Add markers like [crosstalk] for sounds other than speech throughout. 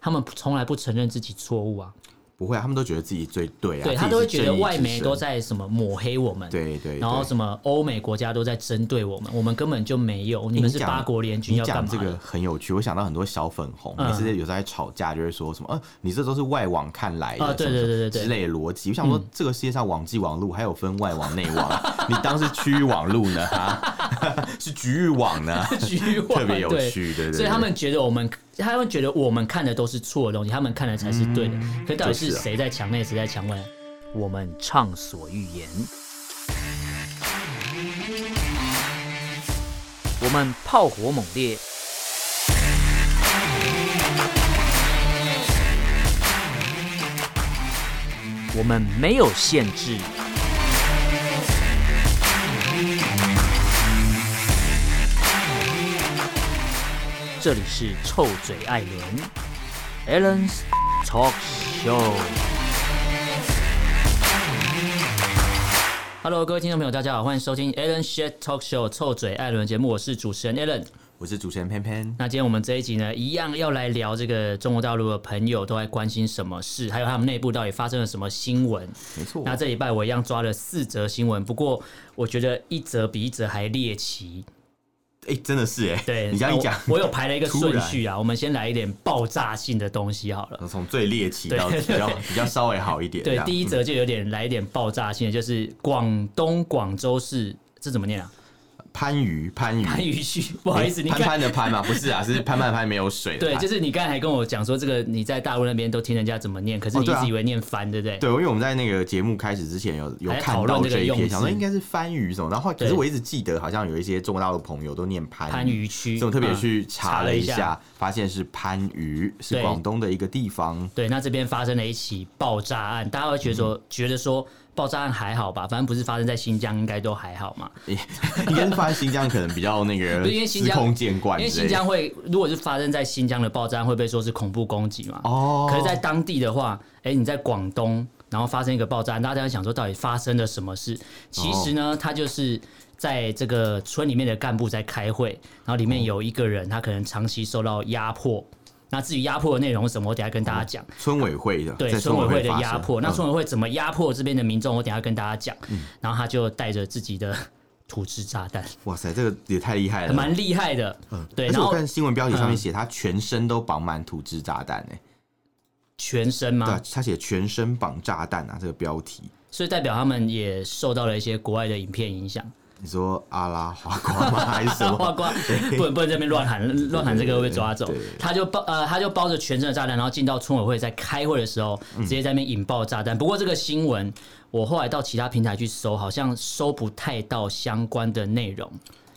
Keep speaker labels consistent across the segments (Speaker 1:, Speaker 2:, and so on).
Speaker 1: 他们从来不承认自己错误啊。
Speaker 2: 不会啊，他们都觉得自己最对啊，
Speaker 1: 对他
Speaker 2: 自己
Speaker 1: 都会
Speaker 2: 是
Speaker 1: 觉得
Speaker 2: 正义
Speaker 1: 外
Speaker 2: 之
Speaker 1: 媒都
Speaker 2: 神
Speaker 1: 在什么抹黑我们，
Speaker 2: 对对
Speaker 1: 然后
Speaker 2: 对
Speaker 1: 什么欧美国家都在针对我们，我们根本就没有，你
Speaker 2: 你
Speaker 1: 们是
Speaker 2: 讲
Speaker 1: 八国联军要干
Speaker 2: 你
Speaker 1: 嘛？
Speaker 2: 讲这个很有趣，我想到很多小粉红，
Speaker 1: 嗯
Speaker 2: 每次有时候在吵架，就会说什么，呃，你这都是外网看来的，
Speaker 1: 啊对
Speaker 2: 什么什么
Speaker 1: 对对对对嗯
Speaker 2: 之类的逻辑。我想说，这个世界上网际网路还有分外网、内网，你当是区域网路呢？哈， [laughs] 是局域网
Speaker 1: [laughs]
Speaker 2: 呢？
Speaker 1: 局外
Speaker 2: 特别有
Speaker 1: 对
Speaker 2: 趣，对对对。
Speaker 1: 所以他们觉得我们，他们觉得我们看的都是错的东西，他们看的才是对的。可到底嗯是
Speaker 2: 就是啊
Speaker 1: 谁在墙内，谁在墙外？我们畅所欲言，我们炮火猛烈。我们没有限制。这里是臭嘴艾伦 a l l e n s Talk Show。Hello，各位听众朋友，大家好，欢迎收听 Alan Shet Talk Show 臭嘴艾伦节目，我是主持人 Alan。
Speaker 2: 我是主持人偏偏，
Speaker 1: 那今天我们这一集呢，一样要来聊这个中国大陆的朋友都在关心什么事，还有他们内部到底发生了什么新闻。
Speaker 2: 没错。
Speaker 1: 那这礼拜我一样抓了四则新闻，不过我觉得一则比一则还猎奇。
Speaker 2: 哎，真的是哎，
Speaker 1: 对，
Speaker 2: 你这样一讲
Speaker 1: 那，我我有排了一个
Speaker 2: [laughs] 突
Speaker 1: 顺
Speaker 2: 然
Speaker 1: 序啊，我们先来一点爆炸性的东西好了。
Speaker 2: 从最猎奇
Speaker 1: 对
Speaker 2: 到比较比较稍微好一点这
Speaker 1: 对，
Speaker 2: 样。
Speaker 1: 第一
Speaker 2: 嗯
Speaker 1: 则就有点来一点爆炸性的，就是广东广州市这怎么念啊？
Speaker 2: 番禺，番禺，
Speaker 1: 番禺区，不好意思，你
Speaker 2: 哎
Speaker 1: 看。
Speaker 2: 潘潘啊的潘嘛，不是啊，是潘潘的潘没有水的
Speaker 1: 对，
Speaker 2: 潘。
Speaker 1: 就是你刚才还跟我讲说，这个你在大陆那边都听人家怎么念，可是你
Speaker 2: 哦
Speaker 1: 一
Speaker 2: 对啊
Speaker 1: 直以为念番，对不对？
Speaker 2: 对，因为我们在那个节目开始之前有有
Speaker 1: 还讨
Speaker 2: 看
Speaker 1: 论
Speaker 2: 到
Speaker 1: 这个
Speaker 2: 这一
Speaker 1: 用
Speaker 2: 篇，想说
Speaker 1: 字
Speaker 2: 应该是番禺什么，然后后来可
Speaker 1: 对
Speaker 2: 是我一直记得好像有一些中国大陆朋友都念番
Speaker 1: 番禺区，
Speaker 2: 所以我特别
Speaker 1: 嗯
Speaker 2: 去查了一
Speaker 1: 查了一
Speaker 2: 下，发现是番禺，是
Speaker 1: 对
Speaker 2: 广东的一个地方。 [laughs]
Speaker 1: 对，那这边发生了一起爆炸案，大家会觉得
Speaker 2: 嗯
Speaker 1: 说，觉得说爆炸案还好吧，反正不是发生在新疆，应该都还好嘛。
Speaker 2: 应该是发现新疆可能比较那个
Speaker 1: 不是因为新
Speaker 2: 司
Speaker 1: 疆
Speaker 2: 空见惯
Speaker 1: 因为
Speaker 2: 之
Speaker 1: 新
Speaker 2: 类的，
Speaker 1: 疆会，如果是发生在新疆的爆炸案，会被说是恐怖攻击嘛。
Speaker 2: 哦
Speaker 1: 可是，在当地的话，哎、你在广东，然后发生一个爆炸案，大家在想说到底发生了什么事？其实
Speaker 2: 哦
Speaker 1: 呢，他就是在这个村里面的干部在开会，然后里
Speaker 2: 哦
Speaker 1: 面有一个人，他可能长期受到压迫。那至于压迫的内容是什么，我等一下跟大家讲。
Speaker 2: 村委会的，
Speaker 1: 对
Speaker 2: 在
Speaker 1: 村委会的
Speaker 2: 发
Speaker 1: 压
Speaker 2: 生
Speaker 1: 迫，那
Speaker 2: 嗯
Speaker 1: 村委会怎么压迫这边的民众，我等一下跟大家讲。然后他就带着自己的土制炸弹，
Speaker 2: 哇塞，这个也太厉害了，
Speaker 1: 蛮厉害的。对，
Speaker 2: 嗯而且
Speaker 1: 然
Speaker 2: 我
Speaker 1: 后嗯
Speaker 2: 看新闻标题上面写他全身都绑满土制炸弹，哎，
Speaker 1: 全身嘛，
Speaker 2: 对啊，他写全身绑炸弹啊，这个标题。
Speaker 1: 所以代表他们也受到了一些国外的影片影响。
Speaker 2: 你说阿拉华瓜吗？还是什
Speaker 1: 呱
Speaker 2: [laughs] 么？
Speaker 1: 呱，不能不能这边乱喊乱喊这个会被抓走
Speaker 2: 对对对。
Speaker 1: 他就包呃，他就包着全身的炸弹，然后进到村委会，在开会的时候
Speaker 2: 嗯
Speaker 1: 直接在那边引爆炸弹。不过这个新闻我后来到其他平台去搜，好像搜不太到相关的内容。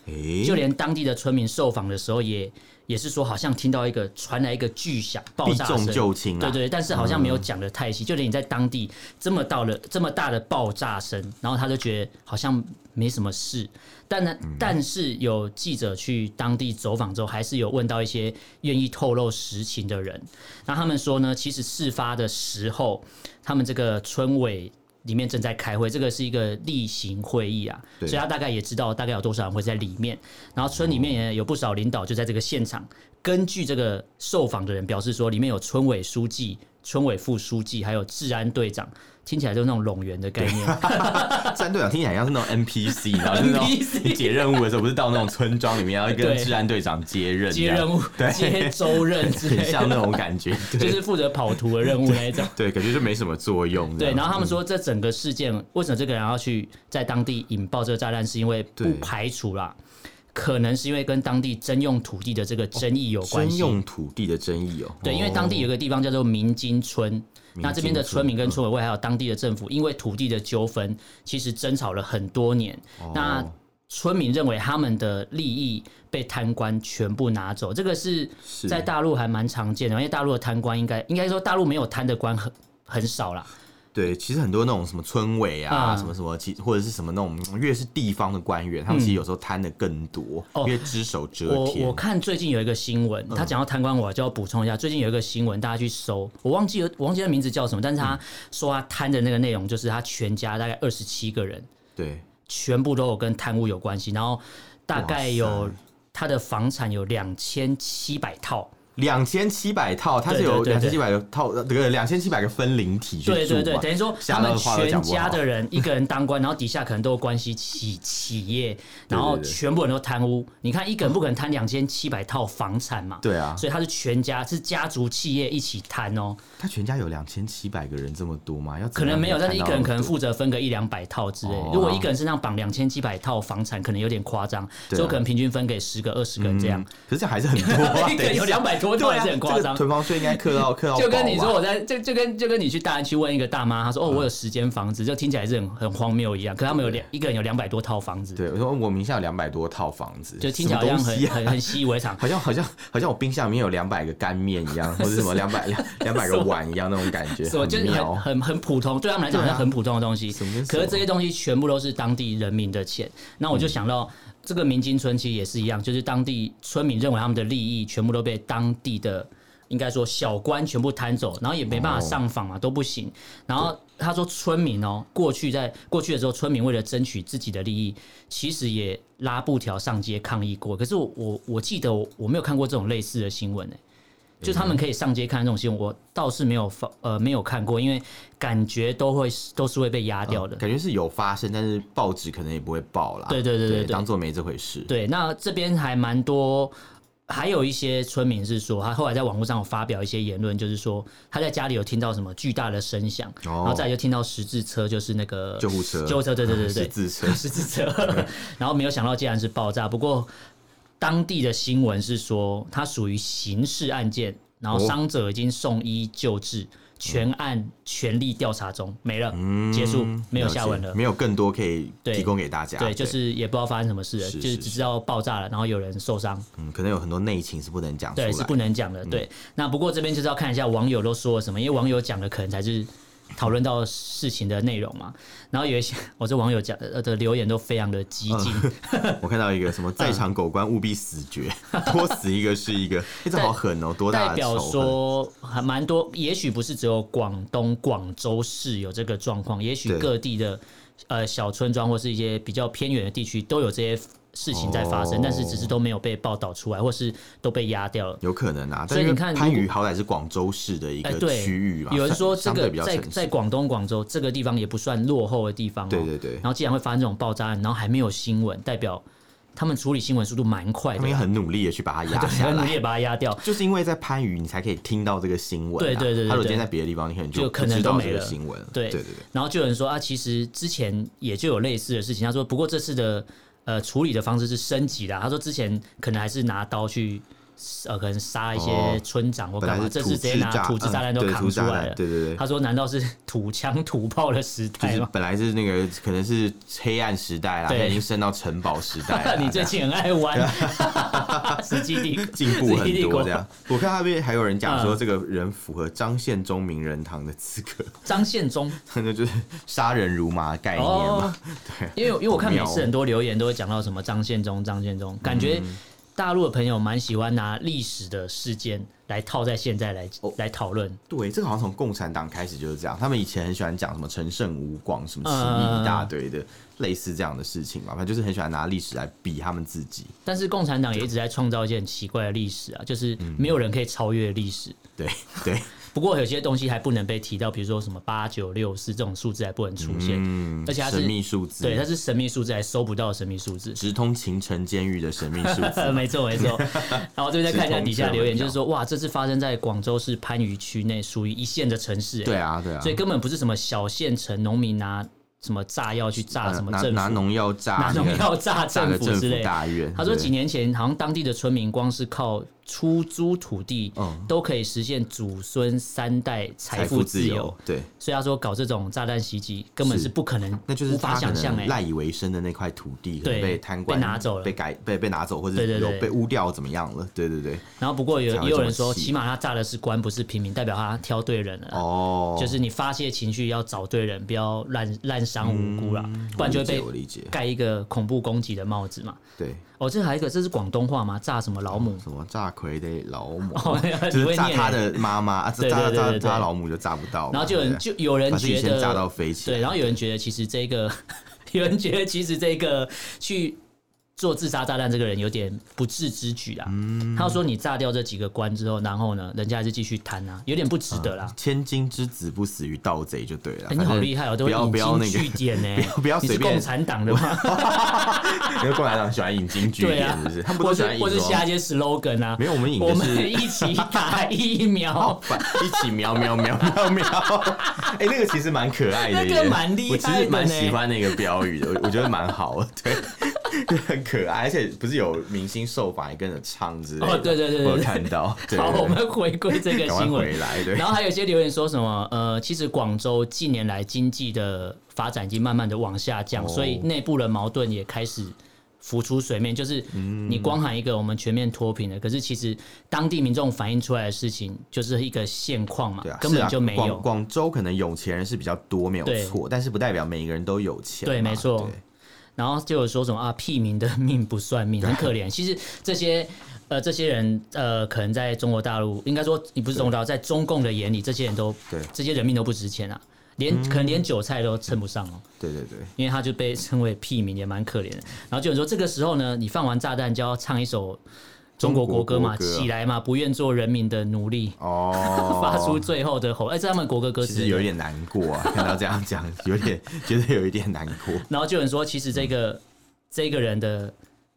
Speaker 2: 诶、
Speaker 1: 就连当地的村民受访的时候也，也是说好像听到一个传来一个巨响爆
Speaker 2: 避
Speaker 1: 炸声
Speaker 2: 重，就轻啊！
Speaker 1: 对
Speaker 2: 嗯
Speaker 1: 对，但是好像没有讲的太细。就连你在当地这么到了这么大的爆炸声，然后他就觉得好像没什么事。但呢，
Speaker 2: 嗯
Speaker 1: 但是有记者去当地走访之后，还是有问到一些愿意透露实情的人。那他们说呢，其实事发的时候，他们这个村委。里面正在开会，这个是一个例行会议啊，所
Speaker 2: 对
Speaker 1: 以他大概也知道大概有多少人会在里面。然后村里面也有不少领导就在这个现场。根据这个受访的人表示说，里面有村委书记、村委副书记，还有治安队长，听起来就是那种拢员的概念。
Speaker 2: 战队长听起来像是那种 [laughs] NPC，然后就是那
Speaker 1: NPC
Speaker 2: 种你解任务的时候，不是到那种村庄里面，然后
Speaker 1: 对
Speaker 2: 跟治安队长接任，
Speaker 1: 接任务、接州任之
Speaker 2: 这样，
Speaker 1: 类
Speaker 2: [laughs] 很像
Speaker 1: 的，
Speaker 2: 那种感觉。对、
Speaker 1: 就是负责跑图的任务那一种。
Speaker 2: 对，感觉就没什么作用。
Speaker 1: 对，然
Speaker 2: 后
Speaker 1: 后他们说，这整个事件为什么这个人要去在当地引爆这个炸弹，是因为不
Speaker 2: 对
Speaker 1: 排除啦，可能是因为跟当地征用土地的这个争议有关
Speaker 2: 哦征
Speaker 1: 系。
Speaker 2: 用土地的争议哦、
Speaker 1: 对，因为当地有个地方叫做明金村，那这边的村民跟村委会还有当地的政府，因为土地的纠纷，其实争吵了很多年。那村民认为他们的利益被贪官全部拿走，这个是
Speaker 2: 是
Speaker 1: 在大陆还蛮常见的，因为大陆的贪官应该应该说大陆没有贪的官很很少啦。
Speaker 2: 对，其实很多那种什么村委啊，
Speaker 1: 嗯
Speaker 2: 什么什么，其或者是什么那种，越是地方的官员，他们其实有时候贪的更多，
Speaker 1: 哦
Speaker 2: 越只手遮
Speaker 1: 我
Speaker 2: 天。
Speaker 1: 我看最近有一个新闻，他讲到贪官，我就要补充一下，最近有一个新闻，大家去搜，我忘记了我忘记他名字叫什么，但是他说他贪的那个内容就是他全家大概二十七个人。
Speaker 2: 对，
Speaker 1: 全部都有跟贪污有关系，然后大概
Speaker 2: 哇塞
Speaker 1: 有他的房产有两千七百套，
Speaker 2: 两千七百套，它是有
Speaker 1: 对
Speaker 2: 两
Speaker 1: 对对
Speaker 2: 千七百个套，呃对，两千七百个分灵体去
Speaker 1: 对
Speaker 2: 住
Speaker 1: 对对，
Speaker 2: 嘛
Speaker 1: 等于说
Speaker 2: 吓
Speaker 1: 他
Speaker 2: 到
Speaker 1: 们
Speaker 2: 话都
Speaker 1: 全
Speaker 2: 讲不
Speaker 1: 家
Speaker 2: 好。
Speaker 1: 的人一个人当官，然后底下可能都有关系企企业，然后
Speaker 2: [laughs] 对对对
Speaker 1: 全部人都贪污。你看一个人不可能贪两千七百套房产嘛，
Speaker 2: 对啊，
Speaker 1: 所以他是全家是家族企业一起贪哦，
Speaker 2: 他全家有两千七百个人这么多吗？要
Speaker 1: 可能没有，但是一个人可能
Speaker 2: 付。
Speaker 1: 负责分个一两百套之类
Speaker 2: 哦。
Speaker 1: 如果一个人身上绑两千七百套房产，可能有点夸张，
Speaker 2: 对啊
Speaker 1: 所以可能平均分给十个、二十个这样
Speaker 2: 嗯。可是这样还是很多
Speaker 1: [laughs]
Speaker 2: 啊，
Speaker 1: 一个人有
Speaker 2: 等下
Speaker 1: 200多
Speaker 2: 对
Speaker 1: 还
Speaker 2: 啊
Speaker 1: 是很夸张
Speaker 2: 这个囤房税应该克到克
Speaker 1: [laughs]
Speaker 2: 到
Speaker 1: 就跟
Speaker 2: 爆啊
Speaker 1: 你
Speaker 2: 吧
Speaker 1: 说，我在就就跟就跟你去大安区问一个大妈，她说：“
Speaker 2: 嗯
Speaker 1: 哦，我有十间房子，就听起来是很很荒谬一样。”可他们有两一个人有两百多套房子，
Speaker 2: 对我说我名下有两百多套房子，
Speaker 1: 就听起来好像
Speaker 2: 什么
Speaker 1: 很
Speaker 2: 东西啊
Speaker 1: 很很习以为常。
Speaker 2: [laughs] 好像好像好像我冰箱里面有两百个干面一样，或者什么两百两百个碗一样那种感觉，
Speaker 1: 什么 [laughs]
Speaker 2: 很
Speaker 1: 就是
Speaker 2: 妙
Speaker 1: 很很很普通，对他们来讲
Speaker 2: 对啊
Speaker 1: 是很普通的东西
Speaker 2: 什么跟。什么
Speaker 1: 可是这些东西全部都是当地人民的钱。那我就
Speaker 2: 嗯
Speaker 1: 想到，这个民间村其实也是一样，就是当地村民认为他们的利益全部都被当地的。应该说小官全部贪走，然后也没
Speaker 2: 哦
Speaker 1: 办法上访嘛，都不行。然后他说，村民哦、过去在过去的时候，村民为了争取自己的利益，其实也拉布条上街抗议过。可是我我我记得我我没有看过这种类似的新
Speaker 2: 嗯
Speaker 1: 闻呢、欸就他们可以上街看这种新闻，我倒是没有发呃没有看过，因为感觉都会都是会被压掉的。
Speaker 2: 嗯哦感觉是有发生，但是报纸可能也不会报啦。
Speaker 1: 对对对对对
Speaker 2: 当做没这回事。
Speaker 1: 对，那这边还蛮多，还有一些村民是说，他后来在网络上有发表一些言论，就是说他在家里有听到什么巨大的声响，然后再来就听到十字车，就是那个
Speaker 2: 哦救护车
Speaker 1: 救护车，对对对
Speaker 2: 是
Speaker 1: 对，[laughs]
Speaker 2: 自车
Speaker 1: 十字车，然后没有想到竟然是爆炸，不过。当地的新闻是说，它属于刑事案件，然后
Speaker 2: 哦
Speaker 1: 伤者已经送医救治，全案全力调查中，没了，结束，没有下文
Speaker 2: 解
Speaker 1: 嗯了。
Speaker 2: 没有更多可以
Speaker 1: 对
Speaker 2: 提供给大家。
Speaker 1: 对，就是也不知道发生什么事了，
Speaker 2: 是
Speaker 1: 就是只知道爆炸了，然后有人受伤，
Speaker 2: 嗯，可能有很多内情是不能讲出来
Speaker 1: 对，是不能讲的。对，那不过这边就是要看一下网友都说了什么，因为网友讲的可能才是讨论到事情的内容嘛。然后有一些 [laughs] 我这网友讲的呃的留言都非常的激 [laughs] 进，
Speaker 2: [laughs] 我看到一个什么在场狗官务必死绝，多死一个是一
Speaker 1: [laughs]
Speaker 2: 个，哎，这好狠哦，多大
Speaker 1: 嗯代
Speaker 2: 的仇
Speaker 1: 表
Speaker 2: 恨？
Speaker 1: 说还蛮多，也许不是只有广东广州市有这个状况，也许
Speaker 2: 对
Speaker 1: 各地的呃小村庄或是一些比较偏远的地区都有这些事情在发生，
Speaker 2: 哦
Speaker 1: 但是只是都没有被报道出来，或是都被压掉了。
Speaker 2: 有可能啊，
Speaker 1: 所以
Speaker 2: 但是
Speaker 1: 你看如
Speaker 2: 番
Speaker 1: 果
Speaker 2: 禺好歹是广州市的一
Speaker 1: 哎
Speaker 2: 个
Speaker 1: 对
Speaker 2: 区域嘛，
Speaker 1: 有人说这
Speaker 2: 相对
Speaker 1: 个
Speaker 2: 比较
Speaker 1: 在
Speaker 2: 城市
Speaker 1: 在广东广州这个地方也不算落后的地方、哦，
Speaker 2: 对对对
Speaker 1: 然后竟然会发生这种爆炸案，然后还没有新闻，代表他们处理新闻速度蛮快
Speaker 2: 他
Speaker 1: 的
Speaker 2: 们也
Speaker 1: 啦，
Speaker 2: 很努力的去把它压
Speaker 1: [laughs] 对，
Speaker 2: 下
Speaker 1: 很努
Speaker 2: 来
Speaker 1: 力。地把它压掉。
Speaker 2: 就是因为在番禺，你才可以听到这个新闻、啊。
Speaker 1: 对对对对
Speaker 2: 他如果今
Speaker 1: 对
Speaker 2: 天在别的地方，你可能
Speaker 1: 就
Speaker 2: 不
Speaker 1: 可能
Speaker 2: 知
Speaker 1: 都
Speaker 2: 道
Speaker 1: 没
Speaker 2: 这个
Speaker 1: 了
Speaker 2: 新闻了。
Speaker 1: 对
Speaker 2: 对对对，
Speaker 1: 然后就有人说啊，其实之前也就有类似的事情。他说，不过这次的呃处理的方式是升级啦。他说之前可能还是拿刀去呃可能杀一些
Speaker 2: 哦
Speaker 1: 村长或
Speaker 2: 本
Speaker 1: 干
Speaker 2: 来
Speaker 1: 嘛，
Speaker 2: 是
Speaker 1: 这
Speaker 2: 土
Speaker 1: 次直接
Speaker 2: 制
Speaker 1: 拿
Speaker 2: 炸，
Speaker 1: 土制炸弹都
Speaker 2: 嗯对
Speaker 1: 扛
Speaker 2: 土
Speaker 1: 出
Speaker 2: 炸
Speaker 1: 来
Speaker 2: 弹
Speaker 1: 了。
Speaker 2: 对对对。
Speaker 1: 他说难道是土枪土炮的时
Speaker 2: 就
Speaker 1: 代
Speaker 2: 是
Speaker 1: 吗？
Speaker 2: 本来是那个可能是黑暗时代
Speaker 1: 哎
Speaker 2: 啦，
Speaker 1: 对
Speaker 2: 现在已经升到城堡时
Speaker 1: [laughs]
Speaker 2: 代了。
Speaker 1: 你
Speaker 2: 这
Speaker 1: 最
Speaker 2: 样
Speaker 1: 近很爱玩， [laughs] 世纪帝国
Speaker 2: 哎进步
Speaker 1: 世纪
Speaker 2: 很
Speaker 1: 帝国
Speaker 2: 多这样。我看那边还有人讲说，
Speaker 1: 嗯
Speaker 2: 这个人符合张献忠名人堂的资格， [laughs]
Speaker 1: 张献忠
Speaker 2: 那就是杀人如麻的概念
Speaker 1: 哦
Speaker 2: 嘛。
Speaker 1: 因为因为我看每
Speaker 2: 好
Speaker 1: 次
Speaker 2: 妙哦
Speaker 1: 很多留言都会讲到什么张献忠，张献忠，感觉
Speaker 2: 嗯
Speaker 1: 大陆的朋友蛮喜欢拿历史的事件来套在现在来、
Speaker 2: 哦
Speaker 1: 来讨论。
Speaker 2: 对，这个好像从共产党开始就是这样，他们以前很喜欢讲什么陈胜吴广
Speaker 1: 嗯
Speaker 2: 什么起义一大堆的、类似这样的事情嘛，反正就是很喜欢拿历史来比他们自己。
Speaker 1: 但是共产党也一直在创造一些很奇怪的历史啊，就是
Speaker 2: 嗯
Speaker 1: 没有人可以超越历史。
Speaker 2: 对对，
Speaker 1: 不过有些东西还不能被提到，比如说什么八九六四这种数字还不能出现，
Speaker 2: 嗯，
Speaker 1: 而且它是
Speaker 2: 神秘数字，
Speaker 1: 对，它是神秘数字，还搜不到的神秘数字。 [laughs]
Speaker 2: 直通秦城监狱的神秘数
Speaker 1: 呃，
Speaker 2: 字。
Speaker 1: 没错没错。然后这边再看一下底下留言，就是说哇，这次发生在广州市番禺区内，属于一线的城市、欸。
Speaker 2: 对啊，对啊，
Speaker 1: 所以根本不是什么小县城农民拿什么炸药去炸什么
Speaker 2: 呃拿
Speaker 1: 政府，
Speaker 2: 拿农药炸，
Speaker 1: 拿农药炸
Speaker 2: 炸
Speaker 1: 政
Speaker 2: 个
Speaker 1: 府
Speaker 2: 政
Speaker 1: 之
Speaker 2: 府
Speaker 1: 类。
Speaker 2: 大院。
Speaker 1: 他说
Speaker 2: 对
Speaker 1: 几年前，好像当地的村民光是靠出租土地，
Speaker 2: 嗯
Speaker 1: 都可以实现祖孙三代财
Speaker 2: 财
Speaker 1: 富
Speaker 2: 富
Speaker 1: 自
Speaker 2: 自
Speaker 1: 由。
Speaker 2: 由，对，
Speaker 1: 所以他说搞这种炸弹袭击根本是
Speaker 2: 是
Speaker 1: 不可能，
Speaker 2: 那就是
Speaker 1: 无法
Speaker 2: 他可
Speaker 1: 想象
Speaker 2: 能
Speaker 1: 哎、
Speaker 2: 赖以为生的那块土地，可能
Speaker 1: 对
Speaker 2: 被贪官
Speaker 1: 被拿走了
Speaker 2: 被改被被拿走，或者
Speaker 1: 对对
Speaker 2: 有
Speaker 1: 对
Speaker 2: 被污掉怎么样了？对对对，
Speaker 1: 然后不过有
Speaker 2: 才会
Speaker 1: 也有
Speaker 2: 这
Speaker 1: 人
Speaker 2: 么
Speaker 1: 说，
Speaker 2: 细
Speaker 1: 起码他炸的是官不是平民，代表他挑对人了啦。
Speaker 2: 哦，
Speaker 1: 就是你发泄情绪要找对人，不要滥滥伤无辜啦，不然就会被
Speaker 2: 嗯我理解我理解
Speaker 1: 盖一个恐怖攻击的帽子嘛。
Speaker 2: 对，
Speaker 1: 哦，这还有一个，这是广东话吗？炸什么老
Speaker 2: [laughs]
Speaker 1: 母？
Speaker 2: 什么炸魁的老
Speaker 1: [laughs]
Speaker 2: 母，
Speaker 1: 哦，
Speaker 2: 就
Speaker 1: 你
Speaker 2: 是
Speaker 1: 会
Speaker 2: 炸
Speaker 1: 念欸。
Speaker 2: 他的妈妈啊，
Speaker 1: 对
Speaker 2: 炸
Speaker 1: 对对
Speaker 2: 炸
Speaker 1: 对对
Speaker 2: 炸老母就炸不到嘛，
Speaker 1: 然后就有人
Speaker 2: 对啊
Speaker 1: 就有人
Speaker 2: 把自己
Speaker 1: 觉
Speaker 2: 先
Speaker 1: 得
Speaker 2: 炸到飞起
Speaker 1: [laughs]
Speaker 2: 来
Speaker 1: 对，然后有人觉得其实这个，有人觉得其实这个去做自杀炸弹这个人有点不智之举啊。
Speaker 2: 嗯
Speaker 1: 他说你炸掉这几个关之后，然后呢，人家还是继续贪啊，有点不值得啦。
Speaker 2: 千金之子不死于盗贼就对了。
Speaker 1: 哎你好厉害哦，都
Speaker 2: 不
Speaker 1: 会
Speaker 2: 要不要
Speaker 1: 引
Speaker 2: 那
Speaker 1: 经据
Speaker 2: [laughs] 个，
Speaker 1: 典呢、
Speaker 2: 不要不要
Speaker 1: 你
Speaker 2: 随
Speaker 1: 是
Speaker 2: 便
Speaker 1: 共产党的吗？
Speaker 2: 因为共产党喜欢引经 [laughs] 据
Speaker 1: 对
Speaker 2: 典，
Speaker 1: 啊
Speaker 2: 是不是？，他们
Speaker 1: 或
Speaker 2: 都喜
Speaker 1: 是
Speaker 2: 欢引
Speaker 1: 或是
Speaker 2: 什么 [laughs]
Speaker 1: 下一些 slogan 啊，
Speaker 2: 没有我们引
Speaker 1: 我
Speaker 2: 的
Speaker 1: 们
Speaker 2: 是
Speaker 1: 一起打疫
Speaker 2: [laughs]
Speaker 1: 苗。
Speaker 2: 反一起喵喵喵喵喵。 [laughs] 哎、那个其实蛮可爱的耶，
Speaker 1: 那个蛮厉害的呢
Speaker 2: 我其实蛮喜欢那个标语的，我我觉得蛮好的，对， [laughs] 就很可爱。而且不是有明星受访也跟着唱之类的，
Speaker 1: 哦对对对对对
Speaker 2: 我有看
Speaker 1: [laughs]
Speaker 2: 到。对
Speaker 1: 好，
Speaker 2: 对对
Speaker 1: 我们回归这个
Speaker 2: 赶快
Speaker 1: 新闻
Speaker 2: 回。来，对
Speaker 1: 然。后还有一些留言说什么，呃，其实广州近年来经济的发展已经慢慢的往下降，
Speaker 2: 哦
Speaker 1: 所以内部的矛盾也开始浮出水面。就是
Speaker 2: 嗯
Speaker 1: 你光喊一个我们全面脱贫了，可是其实当地民众反映出来的事情就是一个现况嘛，
Speaker 2: 对啊，
Speaker 1: 根本
Speaker 2: 是啊
Speaker 1: 就没有
Speaker 2: 广。广州可能有钱人是比较多，没有
Speaker 1: 对
Speaker 2: 错，但是不代表每一个人都有钱嘛。
Speaker 1: 对没错
Speaker 2: 对
Speaker 1: 然后就有说什么啊，屁民的命不算
Speaker 2: [laughs]
Speaker 1: 命，很可怜。其实这些呃，这些人呃，可能在中国大陆，应该说你不是中国大陆，在中共的眼里，这些人都
Speaker 2: 对嗯
Speaker 1: 这些人命都不值钱啊，连、可能连韭菜都称不上哦，
Speaker 2: 对对对，
Speaker 1: 因为他就被称为屁民，也蛮可怜的。然后就有人说，这个时候呢，你放完炸弹就要唱一首中国国歌嘛，
Speaker 2: 中国国歌啊
Speaker 1: 起来嘛，不愿做人民的奴隶。
Speaker 2: 哦，
Speaker 1: 发出最后的吼，哎、这是他们国歌歌
Speaker 2: 其
Speaker 1: 词
Speaker 2: 实
Speaker 1: 对不
Speaker 2: 有
Speaker 1: 对
Speaker 2: 点难过啊， [laughs] 看到这样讲，有点觉得有一点难过。
Speaker 1: 然后就有人说，其实这个、这个人的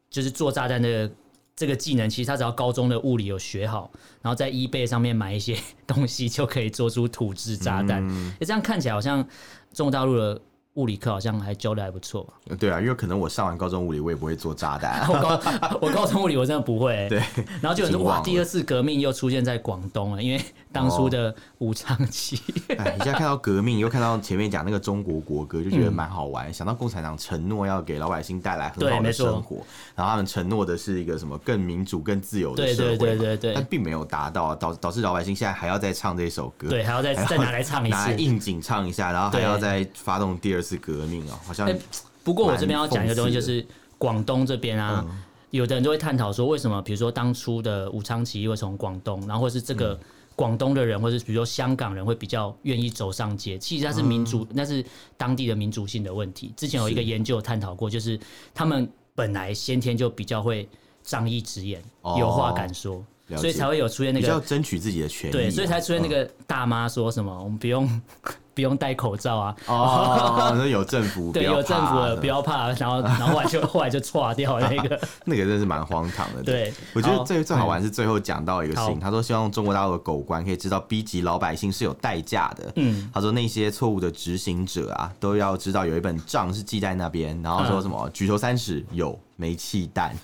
Speaker 1: 就是做炸弹的这个技能，其实他只要高中的物理有学好，然后在 eBay 上面买一些东西，就可以做出土制炸弹。
Speaker 2: 嗯
Speaker 1: 诶这样看起来好像中国大陆的物理课好像还教的还不错吧？
Speaker 2: [laughs] 对啊，因为可能我上完高中物理，我也不会做炸弹、
Speaker 1: [laughs] 我高我高中物理我真的不会、欸。
Speaker 2: 对，
Speaker 1: 然后就有人说
Speaker 2: 已经忘
Speaker 1: 哇，
Speaker 2: 了
Speaker 1: 第二次革命又出现在广东了，因为当初的武昌起义。
Speaker 2: 哎，一下看到革命，又看到前面讲那个中国国歌，就觉得蛮好玩。想到共产党承诺要给老百姓带来很
Speaker 1: 嗯对
Speaker 2: 好
Speaker 1: 没
Speaker 2: 的
Speaker 1: 错
Speaker 2: 生活，然后他们承诺的是一个什么更民主、更自由的
Speaker 1: 对
Speaker 2: 社
Speaker 1: 对
Speaker 2: 会嘛，
Speaker 1: 对对对
Speaker 2: 但并没有达到，啊导导致老百姓现在还要再唱这首歌，
Speaker 1: 对，还要再 [laughs] 再拿来唱一
Speaker 2: 拿来
Speaker 1: 次。
Speaker 2: 应景唱一下，然后还
Speaker 1: 对
Speaker 2: 要再发动第二次革命哦，好像
Speaker 1: 哎不过我这边要讲一个东西，就
Speaker 2: 蛮讽刺嗯
Speaker 1: 是广东这边啊，有的人就会探讨说，为什么比如说当初的武昌起义会从广东，然后或是这
Speaker 2: 嗯
Speaker 1: 个广东的人，或是比如说香港人会比较愿意走上街，其实它是民
Speaker 2: 嗯
Speaker 1: 族，那是当地的民族性的问题。之前有一个研究探讨过，就是他们本来先天就比较会仗义直言，
Speaker 2: 哦
Speaker 1: 有话敢说，
Speaker 2: 了解
Speaker 1: 所以才会有出现那
Speaker 2: 比
Speaker 1: 个
Speaker 2: 较争取自己的权益啊，
Speaker 1: 对，所以才出现那
Speaker 2: 嗯。
Speaker 1: 个大妈说什么、我们不用 [laughs] 不用戴口罩啊，
Speaker 2: 哦，那有政府，
Speaker 1: 对，
Speaker 2: 不要
Speaker 1: 有政府
Speaker 2: 怕
Speaker 1: 了，不要
Speaker 2: [laughs]
Speaker 1: 怕。然后，然后后来就后来就垮掉了那个，
Speaker 2: 那个真是蛮荒唐的。
Speaker 1: 对
Speaker 2: 我觉得
Speaker 1: 好
Speaker 2: 最最好玩是最后讲到一个
Speaker 1: 好
Speaker 2: 信，他说希望中国大陆的狗官可以知道逼急老百姓是有代价的。
Speaker 1: 嗯，
Speaker 2: 他说那些错误的执行者啊，都要知道有一本账是记在那边，然后说什么举头三尺有煤气弹，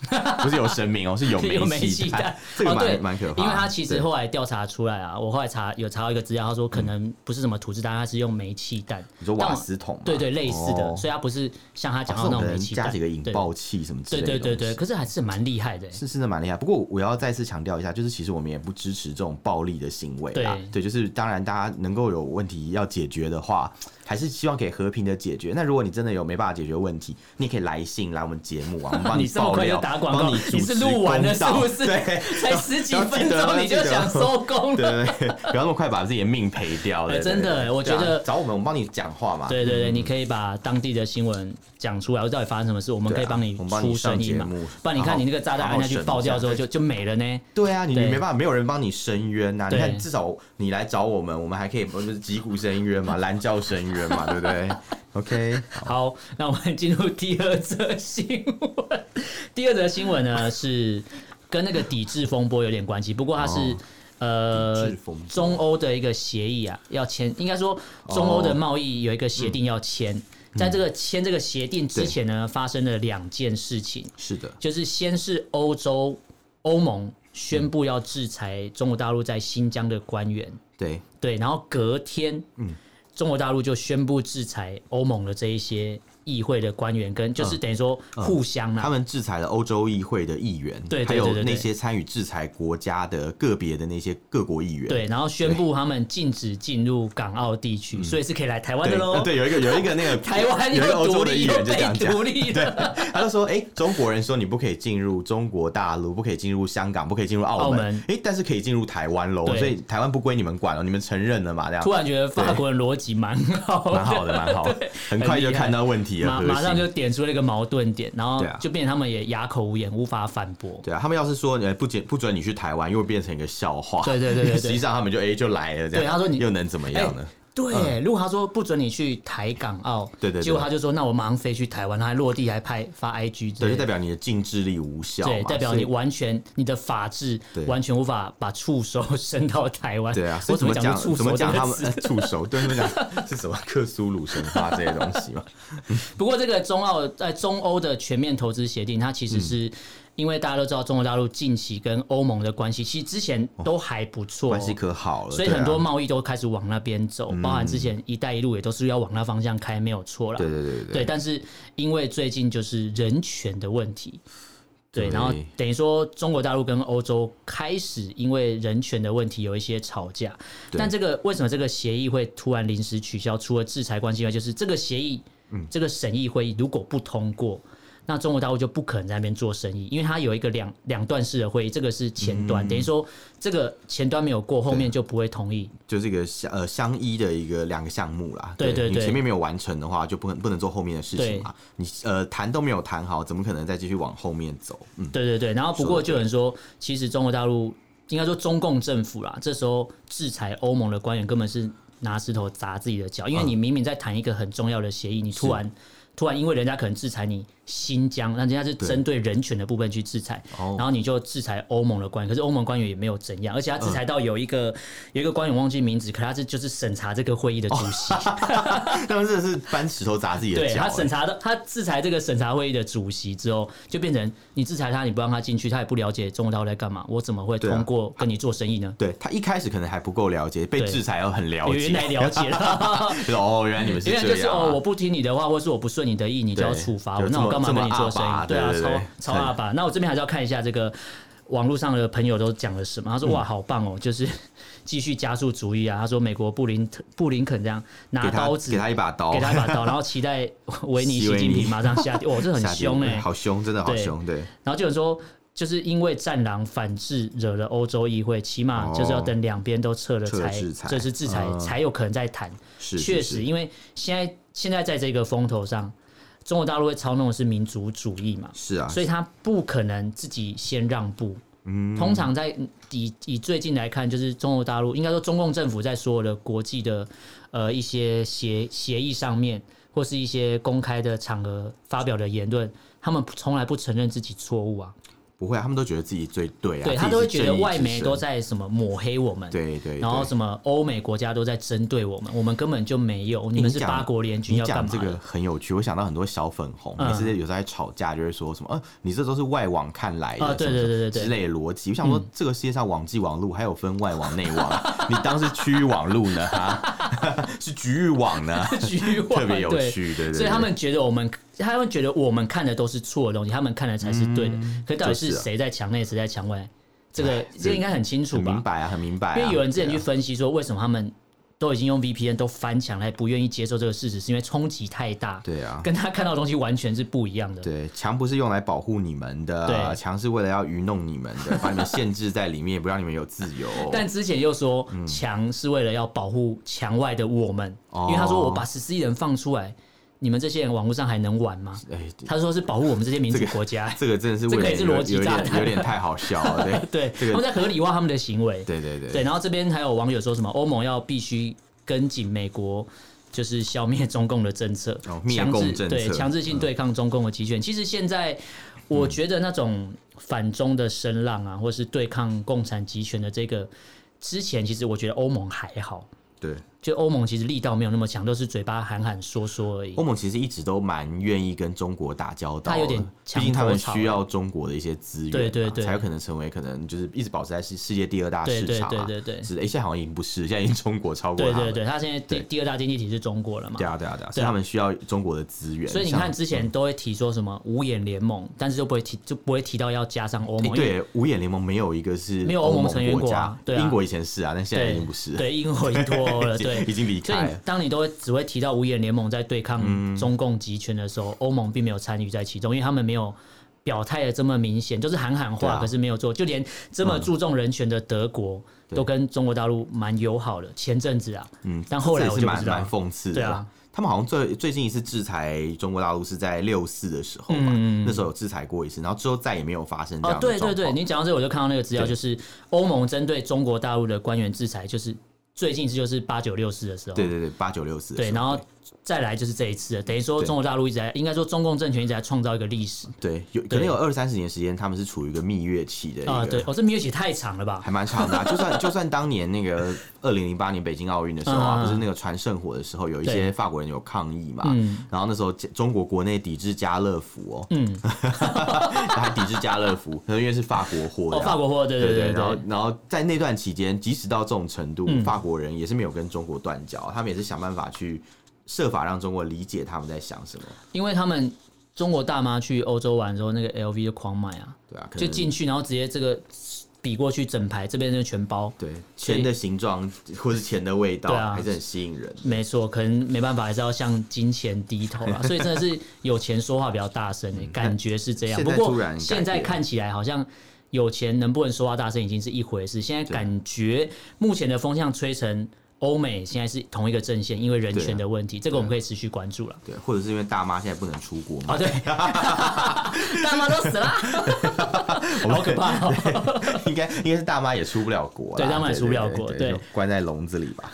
Speaker 2: 不是有神明哦，是有
Speaker 1: 有煤气
Speaker 2: 气
Speaker 1: 弹
Speaker 2: 弹，。这个
Speaker 1: 哦对
Speaker 2: 蛮蛮可怕的。
Speaker 1: 因为他其实
Speaker 2: 对
Speaker 1: 后来调查出来啊，我后来查有查到一个资料，他说可能不是什么土制弹，他是用煤气弹。
Speaker 2: 嗯你说
Speaker 1: 但
Speaker 2: 瓦
Speaker 1: 我
Speaker 2: 斯桶嘛，
Speaker 1: 对对，类似的，
Speaker 2: 哦
Speaker 1: 所以他不是像他讲
Speaker 2: 这
Speaker 1: 到那
Speaker 2: 种
Speaker 1: 种煤
Speaker 2: 人
Speaker 1: 气
Speaker 2: 加
Speaker 1: 弹，
Speaker 2: 几个引
Speaker 1: 对
Speaker 2: 爆器什么之
Speaker 1: 对
Speaker 2: 类的，
Speaker 1: 对对对，。可是还是蛮厉害的欸。
Speaker 2: 是是的蛮厉害，不过我要再次强调一下，就是其实我们也不支持这种暴力的行为啦。
Speaker 1: 对
Speaker 2: 对，就是当然大家能够有问题要解决的话，还是希望可以和平的解决。那如果你真的有没办法解决问题，你也可以来信来我们节目啊，我们帮
Speaker 1: 你这么
Speaker 2: 爆
Speaker 1: 快就
Speaker 2: 料，
Speaker 1: 打广告，
Speaker 2: 帮你主
Speaker 1: 你
Speaker 2: 持
Speaker 1: 是录完了
Speaker 2: 公
Speaker 1: 是
Speaker 2: 道
Speaker 1: 不是？
Speaker 2: 对。
Speaker 1: [laughs] 才十几
Speaker 2: 要记
Speaker 1: 分
Speaker 2: 得
Speaker 1: 钟
Speaker 2: 要
Speaker 1: 你
Speaker 2: 记
Speaker 1: 就
Speaker 2: 得
Speaker 1: 想收工了？
Speaker 2: 对对对，不要那么快把自己的命赔掉了、
Speaker 1: 哎
Speaker 2: 对
Speaker 1: 真的
Speaker 2: 对对
Speaker 1: 我觉
Speaker 2: 对啊
Speaker 1: 得
Speaker 2: 找我们，我们帮你讲话嘛。
Speaker 1: 对对对，你可以把当地的新闻讲出来，我到底发生什么事，我们
Speaker 2: 对啊
Speaker 1: 可以帮你
Speaker 2: 我们帮你
Speaker 1: 出声音嘛
Speaker 2: 上节目。
Speaker 1: 不然你
Speaker 2: 好
Speaker 1: 看
Speaker 2: 好
Speaker 1: 你那个炸弹
Speaker 2: 好好
Speaker 1: 按下去
Speaker 2: 审一
Speaker 1: 爆掉
Speaker 2: 下
Speaker 1: 之后
Speaker 2: 对
Speaker 1: 就就没了呢。
Speaker 2: 对啊，你你
Speaker 1: 对
Speaker 2: 没办法，没有人帮你申冤呐、你
Speaker 1: 对
Speaker 2: 看，至少你来找我们，我们还可以不是击鼓申冤
Speaker 1: [laughs]
Speaker 2: 嘛，拦轿申冤嘛，对不对？OK，
Speaker 1: 好，那我们进入第二则新闻。第二则新闻呢是跟那个抵制风波有点关系，不过它是、
Speaker 2: 哦
Speaker 1: [laughs] 呃
Speaker 2: 抵制风波
Speaker 1: 中欧的一个协议啊，要签，应该说中欧的
Speaker 2: 哦
Speaker 1: 贸易有一个协定要签。在这个签这个协定之前呢，发生了两件事情。
Speaker 2: 是的，
Speaker 1: 就是先是欧洲欧盟宣布要制裁中国大陆在新疆的官员，
Speaker 2: 对，
Speaker 1: 对，然后隔天，
Speaker 2: 嗯
Speaker 1: 中国大陆就宣布制裁欧盟的这一些议会的官员，跟就是等于说互相啦、
Speaker 2: 嗯他们制裁了欧洲议会的议员，
Speaker 1: 对对对
Speaker 2: 还
Speaker 1: 对
Speaker 2: 有
Speaker 1: 对
Speaker 2: 那些参与制裁国家的个别的那些各国议员，
Speaker 1: 对，然后宣布他们禁止进入港澳地区，所以是可以来台湾
Speaker 2: 嗯对
Speaker 1: 的喽
Speaker 2: 呃。对，有一个有一个
Speaker 1: [laughs]
Speaker 2: 那个
Speaker 1: 台湾
Speaker 2: 有一个
Speaker 1: 又
Speaker 2: 欧
Speaker 1: 独
Speaker 2: 洲的
Speaker 1: 立
Speaker 2: 议
Speaker 1: 又
Speaker 2: 员就这
Speaker 1: 被
Speaker 2: 样讲，
Speaker 1: 独立了，
Speaker 2: [laughs] 他就说：“哎、中国人说你不可以进入中国大陆，不可以进入香港，不可以进入澳
Speaker 1: 澳
Speaker 2: 门，
Speaker 1: 门
Speaker 2: 哎、但是可以进入台湾喽，
Speaker 1: 对
Speaker 2: 所以台湾不归你们管了，你们承认了嘛？这样 [laughs]
Speaker 1: 突然觉得法国人逻辑蛮好的，
Speaker 2: 蛮好的，蛮好的，很快就看到问题题的
Speaker 1: 马
Speaker 2: 核
Speaker 1: 马上
Speaker 2: 心
Speaker 1: 就点出了一个矛盾点，然后
Speaker 2: 对啊
Speaker 1: 就变成他们也哑口无言，无法反驳。
Speaker 2: 对啊，他们要是说呃不准不准你去台湾，又变成一个笑话。
Speaker 1: 对对对对对
Speaker 2: 实际上他们就哎、就来了这样。
Speaker 1: 对他说你
Speaker 2: 又能怎么样呢？
Speaker 1: 哎对，如果他说不准你去台港澳，
Speaker 2: 对对对
Speaker 1: 结果他就说那我马上飞去台湾，他还落地还拍发 IG，之
Speaker 2: 对，
Speaker 1: 类的
Speaker 2: 就代表你的禁制力无效嘛。
Speaker 1: 对，代表
Speaker 2: 所以
Speaker 1: 你完全你的法治
Speaker 2: 对
Speaker 1: 完全无法把触手 [laughs] 伸到台湾。
Speaker 2: 对啊，所
Speaker 1: 我怎
Speaker 2: 以怎么
Speaker 1: 么讲
Speaker 2: 讲？
Speaker 1: 出触
Speaker 2: 怎
Speaker 1: 手
Speaker 2: 么
Speaker 1: 这
Speaker 2: 讲
Speaker 1: 个
Speaker 2: 他们呃
Speaker 1: 词？
Speaker 2: 触手？对，怎么讲是什么克苏鲁神话这些东
Speaker 1: [laughs]
Speaker 2: 西嘛？
Speaker 1: 不过这个中澳在中欧的全面投资协定，它
Speaker 2: 嗯
Speaker 1: 其实是。因为大家都知道，中国大陆近期跟欧盟的关系，其实之前都还不错、
Speaker 2: 哦关系可好了，
Speaker 1: 所以
Speaker 2: 对啊嗯
Speaker 1: 很多贸易都开始往那边走，包含之前“一带一路”也都是要往那方向开，没有错啦。
Speaker 2: 对对对
Speaker 1: 对，但是因为最近就是人权的问题，对，
Speaker 2: 对
Speaker 1: 然后等于说中国大陆跟欧洲开始因为人权的问题有一些吵架。
Speaker 2: 对
Speaker 1: 但这个为什么这个协议会突然临时取消？除了制裁关系外，就是这个协议，
Speaker 2: 嗯
Speaker 1: 这个审议会议如果不通过。那中国大陆就不可能在那边做生意，因为它有一个两两段式的会议，这个是前
Speaker 2: 嗯
Speaker 1: 端，等于说这个前端没有过，后面就不会同意。
Speaker 2: 就是一个相呃相依的一个两个项目啦。
Speaker 1: 对对
Speaker 2: 你
Speaker 1: 对
Speaker 2: 前面没有完成的话，就不能不能做后面的事情嘛。你呃谈都没有谈好，怎么可能再继续往后面走？嗯，
Speaker 1: 对对对，然后不过就有人说，其实中国大陆应该说中共政府啦，这时候制裁欧盟的官员根本是拿石头砸自己的脚，因为
Speaker 2: 啊
Speaker 1: 你明明在谈一个很重要的协议，你突然。突然，因为人家可能制裁你新疆，那人家是针对人权的部分去制裁，
Speaker 2: 哦
Speaker 1: 然后你就制裁欧盟的官员，可是欧盟官员也没有怎样，而且他制裁到有一个、有一个官员忘记名字，可他是就是审查这个会议的主席，
Speaker 2: 他们真的是搬石头砸自己的
Speaker 1: 对
Speaker 2: 脚、
Speaker 1: 他
Speaker 2: 欸
Speaker 1: 审。查的，他制裁这个审查会议的主席之后，就变成你制裁他，你不让他进去，他也不了解中国大陆在干嘛，我怎么会
Speaker 2: 对啊
Speaker 1: 通过跟你做生意呢？
Speaker 2: 对他一开始可能还不够了解，被
Speaker 1: 对
Speaker 2: 制裁要很了解，
Speaker 1: 原来了解了， [laughs]
Speaker 2: 就是哦，原来你们是
Speaker 1: 原
Speaker 2: 这
Speaker 1: 来
Speaker 2: 样、
Speaker 1: 就
Speaker 2: 啊，
Speaker 1: 是哦，我不听你的话，或是我不顺你的意，你就要
Speaker 2: 对
Speaker 1: 处罚
Speaker 2: 就
Speaker 1: 我，
Speaker 2: 这
Speaker 1: 那我
Speaker 2: 么
Speaker 1: 干嘛
Speaker 2: 这么
Speaker 1: 跟你做生
Speaker 2: 阿爸
Speaker 1: 意？对啊，
Speaker 2: 对对对
Speaker 1: 超超阿爸。那我这边还是要看一下这个网络上的朋友都讲了什么。
Speaker 2: 嗯
Speaker 1: 他说哇，好棒哦，就是 [laughs] 继续加速主义啊。他说美国布林特布林肯这样拿
Speaker 2: 给他
Speaker 1: 刀子
Speaker 2: 给他一把刀，
Speaker 1: 给他一把刀，然后期待维尼
Speaker 2: [laughs] 习维
Speaker 1: 习近
Speaker 2: 尼
Speaker 1: 平马上下地，哇，这很
Speaker 2: 下地
Speaker 1: 凶哎，
Speaker 2: 好凶，真的好
Speaker 1: 对
Speaker 2: 凶，对，
Speaker 1: 然后就有人说，就是因为战狼反制惹了欧洲议会，起码就是要等两边都撤了
Speaker 2: 哦撤了
Speaker 1: 才，
Speaker 2: 制裁
Speaker 1: 这是制裁、
Speaker 2: 嗯
Speaker 1: 才有可能再谈。
Speaker 2: 是
Speaker 1: 确
Speaker 2: 是
Speaker 1: 实，
Speaker 2: 是
Speaker 1: 因为现在现在在这个风头上，中国大陆会操弄的是民族主义嘛，
Speaker 2: 是啊，
Speaker 1: 所以他不可能自己先让步。
Speaker 2: 嗯
Speaker 1: 通常在以以最近来看，就是中国大陆应该说中共政府在所有的国际的呃一些协协议上面，或是一些公开的场合发表的言论，他们从来不承认自己错误啊。
Speaker 2: 不会、啊，他们都觉得自己最对啊，
Speaker 1: 对
Speaker 2: 自己
Speaker 1: 他都会
Speaker 2: 是
Speaker 1: 觉得
Speaker 2: 正义
Speaker 1: 外
Speaker 2: 之
Speaker 1: 媒都
Speaker 2: 神，
Speaker 1: 在什么抹黑我们，
Speaker 2: 对对对，
Speaker 1: 然后什么欧美国家都在针对我们，我们根本就没有，你
Speaker 2: 你
Speaker 1: 们是
Speaker 2: 讲
Speaker 1: 八国联军
Speaker 2: 你
Speaker 1: 要干
Speaker 2: 讲
Speaker 1: 嘛
Speaker 2: 这
Speaker 1: 的？ [laughs]
Speaker 2: 个很有趣，我想到很多小粉红，
Speaker 1: 嗯
Speaker 2: 每次有时候在吵架，就会说什么，呃，你这都是外网看来
Speaker 1: 啊
Speaker 2: 的，
Speaker 1: 对
Speaker 2: 什么
Speaker 1: 对对对对嗯
Speaker 2: 之类的逻辑。我想说，这个世界上网际网路还有分外网、内网， [laughs] 你当是区域网路呢，哈， [laughs] 是局域网呢，
Speaker 1: [laughs] 局外
Speaker 2: 特别有
Speaker 1: 对
Speaker 2: 趣，对对对。
Speaker 1: 所以他们觉得我们，他们觉得我们看的都是错的东西，他们看的才是对的。可到底是
Speaker 2: 就是啊
Speaker 1: 谁在墙内，谁在墙外？这
Speaker 2: 哎
Speaker 1: 个这
Speaker 2: 这
Speaker 1: 个应该很清楚
Speaker 2: 很明
Speaker 1: 吧？
Speaker 2: 白啊，很明白、啊。
Speaker 1: 因为有人之前
Speaker 2: 对
Speaker 1: 去
Speaker 2: 啊
Speaker 1: 分析说，为什么他们都已经用 VPN 都翻墙来，不愿意接受这个事实，是因为冲击太大，
Speaker 2: 对啊，
Speaker 1: 跟他看到的东西完全是不一样的。
Speaker 2: 对，墙不是用来保护你们的，
Speaker 1: 对
Speaker 2: 墙是为了要愚弄你们的， [laughs] 把你们限制在里面，不让你们有自由。
Speaker 1: 但之前又说墙是为了要保护墙外的我们，
Speaker 2: 嗯哦
Speaker 1: 因为他说我把十四亿人放出来，你们这些人网络上还能玩吗？
Speaker 2: 哎，
Speaker 1: 他说是保护我们这些民主
Speaker 2: 这个
Speaker 1: 国家，
Speaker 2: [laughs] 这个真的是
Speaker 1: 这
Speaker 2: 为
Speaker 1: 可
Speaker 2: 了
Speaker 1: 以是
Speaker 2: 有
Speaker 1: 逻辑
Speaker 2: 有
Speaker 1: 炸
Speaker 2: 点
Speaker 1: 弹
Speaker 2: 有点太好笑了，对
Speaker 1: [laughs] 对，
Speaker 2: 这个
Speaker 1: 他们在合理化他们的行为。
Speaker 2: 对对对
Speaker 1: 对，然后这边还有网友说什么欧盟要必须跟紧美国。就是消灭中共的政策
Speaker 2: 哦，灭
Speaker 1: 强、
Speaker 2: 共
Speaker 1: 制
Speaker 2: 政策嗯
Speaker 1: 对强制性对抗中共的集权。其实现在，我觉得那种反中的声浪啊，或是对抗共产集权的这个，之前其实我觉得欧盟还好，
Speaker 2: 对，
Speaker 1: 就欧盟其实力道没有那么强，都是嘴巴喊喊说说而已
Speaker 2: 欧。盟其实一直都蛮愿意跟中国打交道的，
Speaker 1: 它有点
Speaker 2: 毕
Speaker 1: 墙
Speaker 2: 竟他
Speaker 1: 头
Speaker 2: 们
Speaker 1: 草
Speaker 2: 需要中国的一些资源嘛，
Speaker 1: 对对对
Speaker 2: 才有可能成为可能就是一直保持在世世界第二大市场啊，
Speaker 1: 对对对对对
Speaker 2: 是的，诶现在好像已经不是，现在已经
Speaker 1: [laughs]
Speaker 2: 中国超过
Speaker 1: 对
Speaker 2: 他
Speaker 1: 对
Speaker 2: 们，
Speaker 1: 对，他现在第
Speaker 2: 对
Speaker 1: 第二大经济体是中国了嘛？
Speaker 2: 对啊对啊对啊，所以他们需要中国的资源，
Speaker 1: 所以你
Speaker 2: 像
Speaker 1: 看，之前都会提说什么五眼联盟，但是就不会提，就不会提到要加上欧
Speaker 2: 诶
Speaker 1: 盟。因为
Speaker 2: 对五眼联盟没有一个是
Speaker 1: 没有欧盟
Speaker 2: 盟
Speaker 1: 成员
Speaker 2: 国
Speaker 1: 国
Speaker 2: 家，
Speaker 1: 啊对啊
Speaker 2: 英国以前是啊，但现在已经不是了，
Speaker 1: 对，英国已经脱欧
Speaker 2: [laughs]
Speaker 1: 了，
Speaker 2: 已经
Speaker 1: 对
Speaker 2: 已。经离
Speaker 1: 所
Speaker 2: 开
Speaker 1: 以
Speaker 2: 了，嗯
Speaker 1: 当你都会只会提到五眼联盟在对抗中共集权的时候，欧、盟并没有参与在其中，因为他们没有表态的这么明显，就是喊喊
Speaker 2: 对
Speaker 1: 话，
Speaker 2: 啊嗯
Speaker 1: 可是没有做。就连这么注重人权的德国，
Speaker 2: 对
Speaker 1: 都跟中国大陆蛮友好的。前阵子啊，
Speaker 2: 嗯，
Speaker 1: 但后来
Speaker 2: 这也
Speaker 1: 我
Speaker 2: 是
Speaker 1: 就不
Speaker 2: 蛮
Speaker 1: 知道
Speaker 2: 蛮讽刺的
Speaker 1: 对
Speaker 2: 啦。
Speaker 1: 啊
Speaker 2: 他们好像最最近一次制裁中国大陆是在六四的时候吧，
Speaker 1: 嗯
Speaker 2: 那时候有制裁过一次，然后之后再也没有发生这
Speaker 1: 哦
Speaker 2: 样，的
Speaker 1: 对
Speaker 2: 状况、
Speaker 1: 对对，你讲到这个，我就看到那个资料，
Speaker 2: 对
Speaker 1: 就是欧盟针对中国大陆的官员制裁，就是最近就是八九六四的时候，
Speaker 2: 对对对，八九六四的
Speaker 1: 对
Speaker 2: 时候
Speaker 1: 然后再来就是这一次了，等于说
Speaker 2: 对
Speaker 1: 中国大陆一直在，应该说中共政权一直在创造一个历史
Speaker 2: 对有可能有二三十年时间，他们是处于一个蜜月期的一个。
Speaker 1: 啊、对，哦，这蜜月期太长了吧？哦
Speaker 2: 还蛮长的啊、就算就算当年那个二零零八年北京奥运的时候
Speaker 1: 嗯嗯嗯
Speaker 2: 啊，不是那个船圣火的时候，有一些
Speaker 1: 对
Speaker 2: 法国人有抗议嘛，
Speaker 1: 嗯
Speaker 2: 然后那时候中国国内抵制家乐福哦， [laughs]
Speaker 1: 嗯，
Speaker 2: 还抵制家乐福，因为是法国啊货这
Speaker 1: 哦，
Speaker 2: 样，
Speaker 1: 法国货，对
Speaker 2: 对
Speaker 1: 对嗯
Speaker 2: 然后然后在那段期间，即使到这种程度，法国人也是没有跟中国断交，他们也是想办法去设法让中国理解他们在想什么，
Speaker 1: 因为他们中国大妈去欧洲玩的时候，那个 LV 就狂买啊，
Speaker 2: 对啊，可
Speaker 1: 就
Speaker 2: 能
Speaker 1: 进去然后直接这个比过去整排，这边就全包。
Speaker 2: 对
Speaker 1: 所以
Speaker 2: 钱的形状或是钱的味道，
Speaker 1: 对啊
Speaker 2: 还是很吸引人。
Speaker 1: 没错，可能没办法，还是要向金钱低头啊
Speaker 2: [laughs]
Speaker 1: 啦。所以真的是有钱说话比较大声、欸，感觉是这样。
Speaker 2: 嗯现
Speaker 1: 不
Speaker 2: 在
Speaker 1: 过
Speaker 2: 突然改
Speaker 1: 现在
Speaker 2: 变
Speaker 1: 看起来好像有钱能不能说话大声已经是一回事，现在
Speaker 2: 啊
Speaker 1: 感觉目前的风向吹成。欧美现在是同一个阵线，因为人
Speaker 2: 对啊
Speaker 1: 权的问题，这个我们可以持续关注了。
Speaker 2: 对，或者是因为大妈现在不能出国嘛，
Speaker 1: 啊，对， [laughs] 大妈都死了，
Speaker 2: [laughs]
Speaker 1: 好可怕哦！
Speaker 2: 应该应该是大妈也出不了国啦，
Speaker 1: 对大妈也出不了国
Speaker 2: 对
Speaker 1: 对
Speaker 2: 就关在笼子里
Speaker 1: [laughs]
Speaker 2: 吧。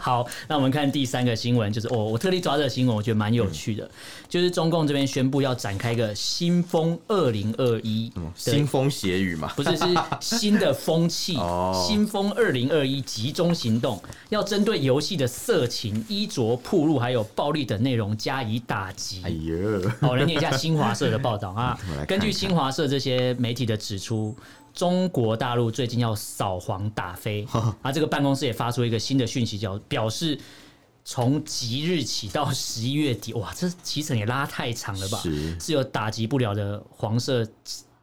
Speaker 1: 好，那我们看第三个新闻，就是哦，我特地抓这个新闻，我觉得蛮有趣的，就是中共这边宣布要展开一个新风二零二一，
Speaker 2: 腥风血
Speaker 1: [laughs]
Speaker 2: 雨嘛，
Speaker 1: 不是是新的风气，
Speaker 2: [laughs] 哦
Speaker 1: 新风二零二一集中行动，要针对游戏的色情、衣着、铺路还有暴力等内容加以打击。
Speaker 2: 哎呦，
Speaker 1: [laughs] 好，我来念一下新华社的报道啊
Speaker 2: [laughs] 我来看。看
Speaker 1: 根据新华社这些媒体的指出，中国大陆最近要扫黄打
Speaker 2: [laughs]
Speaker 1: 非，啊，这个办公室也发出一个新的讯息，叫表示。从即日起到十一月底，哇，这其程也拉太长了吧？
Speaker 2: 是
Speaker 1: 有打击不了的黄色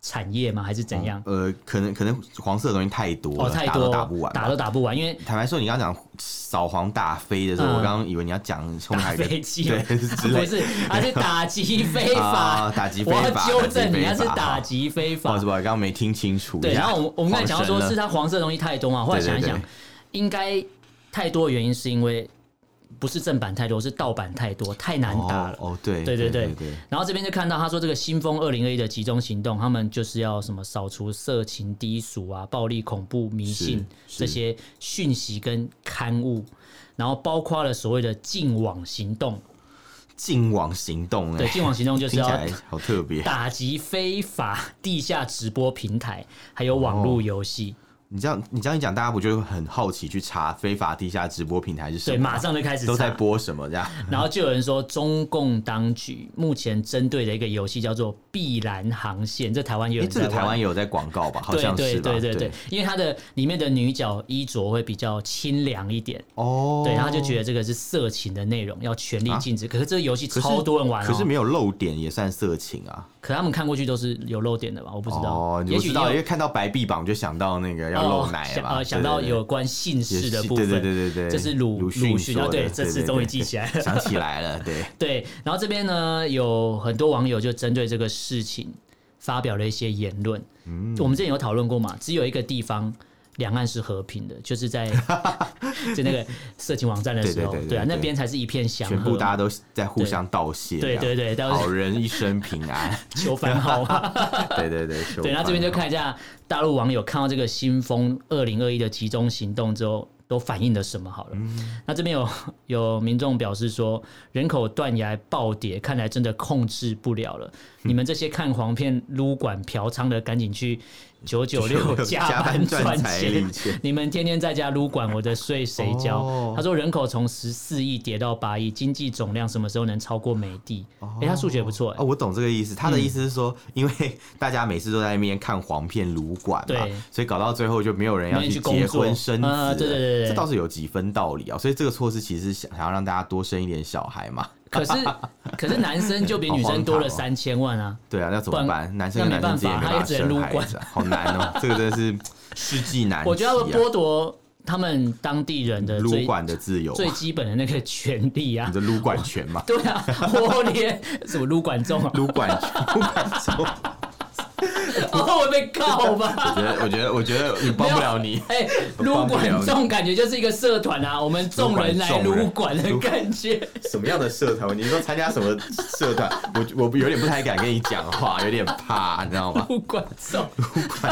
Speaker 1: 产业吗？还是怎样？
Speaker 2: 呃，可能可能黄色的东西太多了，
Speaker 1: 哦，太
Speaker 2: 打
Speaker 1: 多
Speaker 2: 都打不完吧。
Speaker 1: 打都打不完，因为
Speaker 2: 坦白说，你刚刚讲扫黄打非的时候，
Speaker 1: 嗯
Speaker 2: 我刚刚以为你要讲后面
Speaker 1: 打
Speaker 2: 还有一
Speaker 1: 飞
Speaker 2: 个
Speaker 1: 机
Speaker 2: [laughs]
Speaker 1: 啊
Speaker 2: 对之
Speaker 1: [laughs] 不
Speaker 2: 类的。
Speaker 1: 是，而是打击非法
Speaker 2: [laughs] 啊，打击非
Speaker 1: 我
Speaker 2: 法
Speaker 1: 要纠正你，
Speaker 2: 打
Speaker 1: 那
Speaker 2: 击
Speaker 1: 是
Speaker 2: 非法
Speaker 1: 打击非
Speaker 2: 哦不好
Speaker 1: 法
Speaker 2: 意思，。不好意思，刚刚没听清楚。
Speaker 1: 对，然后我们我们刚
Speaker 2: [laughs]
Speaker 1: 才讲到说是
Speaker 2: 晃神了
Speaker 1: 它
Speaker 2: 啊
Speaker 1: 黄色的东西太多嘛，后来想一想
Speaker 2: 对对，
Speaker 1: 应该太多的原因是因为不是正版太多，是盗版太多，太难打了。
Speaker 2: 哦，哦对
Speaker 1: 对对
Speaker 2: 对
Speaker 1: 对
Speaker 2: 对，
Speaker 1: 然后这边就看到他说这个新风二零二一的集中行动，他们就是要什么扫除色情、低俗啊、暴力、恐怖、迷信
Speaker 2: 是是
Speaker 1: 这些讯息跟刊物，然后包括了所谓的禁网行动。
Speaker 2: 禁网行动
Speaker 1: 对，
Speaker 2: 哎，
Speaker 1: 禁网行动就是
Speaker 2: 听起
Speaker 1: 要
Speaker 2: 来好特别。
Speaker 1: 打击非法地下直播平台，还有网
Speaker 2: 哦
Speaker 1: 络游戏。
Speaker 2: 你这样你这样一讲，大家不就会很好奇去查非法地下直播平台是什
Speaker 1: 对，
Speaker 2: 么？
Speaker 1: 马上就开始
Speaker 2: 都在
Speaker 1: 查。
Speaker 2: 播什么这样？
Speaker 1: 然后就有人说，中共当局目前针对的一个游戏叫做《碧蓝航线》，这台湾也有
Speaker 2: 哎，
Speaker 1: 人
Speaker 2: 这
Speaker 1: 在
Speaker 2: 个
Speaker 1: 玩。
Speaker 2: 台湾也有在广告吧？好
Speaker 1: 对
Speaker 2: 像
Speaker 1: 对
Speaker 2: 是吧？
Speaker 1: 对对对，因为它的里面的女角衣着会比较清凉一点，
Speaker 2: 哦，
Speaker 1: 对，然后就觉得这个是色情的内容，要全力禁止。可是这个游戏
Speaker 2: 可是
Speaker 1: 超多人玩哦，
Speaker 2: 可是没有露点也算色情啊。
Speaker 1: 可他们看过去都是有漏点的吧？我不知道，
Speaker 2: 哦，
Speaker 1: 也
Speaker 2: 我
Speaker 1: 许也
Speaker 2: 知道，因
Speaker 1: 有
Speaker 2: 为看到白臂膀就想到那个要露奶
Speaker 1: 想
Speaker 2: 嘛，
Speaker 1: 呃
Speaker 2: 对
Speaker 1: 想到
Speaker 2: 对对
Speaker 1: 有关姓
Speaker 2: 也
Speaker 1: 氏的
Speaker 2: 是
Speaker 1: 部分，
Speaker 2: 对对对对对，
Speaker 1: 这是鲁
Speaker 2: 鲁
Speaker 1: 鲁
Speaker 2: 迅
Speaker 1: 迅啊，
Speaker 2: 说的，
Speaker 1: 对，这次终于记起来 [laughs]
Speaker 2: 对
Speaker 1: 了。
Speaker 2: 想起来了，对，
Speaker 1: 对，然后这边呢，有很多网友就针对这个事情发表了一些言论。
Speaker 2: 嗯
Speaker 1: 我们之前有讨论过嘛，只有一个地方两岸是和平的，就是
Speaker 2: [laughs]
Speaker 1: 在就那个色情网站的时候，
Speaker 2: 对对对对
Speaker 1: 啊，
Speaker 2: 对
Speaker 1: 那边才是一片祥
Speaker 2: 全部
Speaker 1: 和
Speaker 2: 大
Speaker 1: 嘛，
Speaker 2: 家都在互相道谢，
Speaker 1: 嗯对对对
Speaker 2: 这样
Speaker 1: 都是
Speaker 2: 好人一生平
Speaker 1: [laughs]
Speaker 2: 安，
Speaker 1: 求
Speaker 2: [laughs]
Speaker 1: 番号嘛。
Speaker 2: 对对对，
Speaker 1: 对，
Speaker 2: 手
Speaker 1: 那这边就
Speaker 2: 环
Speaker 1: 看一下大陆网友看到这个新风二零二一的集中行动之后，都反映了什么好了。那这边有 [laughs] 有民众表示说，人口断崖暴跌，看来真的控制不了了。你们这些看黄片、撸管、嫖娼的，赶紧去九 [laughs] 九六加班赚
Speaker 2: 财力
Speaker 1: 钱。
Speaker 2: 钱，
Speaker 1: 你们天天在家撸管，我的税谁交？
Speaker 2: 哦
Speaker 1: 他说人口从十四亿跌到八亿，经济总量什么时候能超过美帝？哎、他数学不错、
Speaker 2: 啊、
Speaker 1: 欸
Speaker 2: 我懂这个意思。他的
Speaker 1: 嗯
Speaker 2: 意思是说，因为大家每次都在那边看黄片撸管嘛
Speaker 1: 对，
Speaker 2: 所以搞到最后就没有人要
Speaker 1: 没人去工
Speaker 2: 结
Speaker 1: 作
Speaker 2: 婚生子了、
Speaker 1: 啊对对对对
Speaker 2: 这倒是有几分道理啊。所以这个措施其实是想想要让大家多生一点小孩嘛。
Speaker 1: 可是
Speaker 2: [laughs]
Speaker 1: 可是男生就比女生多了
Speaker 2: 好荒唐哦
Speaker 1: 三千万啊！
Speaker 2: 对啊，那怎么
Speaker 1: 不然
Speaker 2: 办？男生跟
Speaker 1: 那
Speaker 2: 男
Speaker 1: 没
Speaker 2: 生之间
Speaker 1: 办法
Speaker 2: 也没
Speaker 1: 他
Speaker 2: 办
Speaker 1: 也
Speaker 2: 法
Speaker 1: 只能
Speaker 2: 生
Speaker 1: 撸
Speaker 2: 孩子啊，好难哦、这个真的是
Speaker 1: [laughs]
Speaker 2: 世纪难题、啊。
Speaker 1: 我觉得要剥夺他们当地人的
Speaker 2: 撸
Speaker 1: 最
Speaker 2: 管的自由嘛，
Speaker 1: 最基本的那个权利啊
Speaker 2: 你！的撸管权嘛，
Speaker 1: 对啊，我连什么撸管仲啊，
Speaker 2: 撸管权，撸管中。
Speaker 1: 我哦会被告
Speaker 2: 我 [laughs]
Speaker 1: 吧？
Speaker 2: 觉得，我觉得，我觉得你帮不了你。
Speaker 1: 哎，
Speaker 2: 我
Speaker 1: 撸
Speaker 2: 帮不了你
Speaker 1: 管众感觉就是一个社团啊，我们众人来撸管
Speaker 2: 哎
Speaker 1: 的感觉。
Speaker 2: 什么样的社团？你说参加什么社团？我我有点不太敢跟你讲话，有点怕，你知道吗？
Speaker 1: 撸管众， [laughs]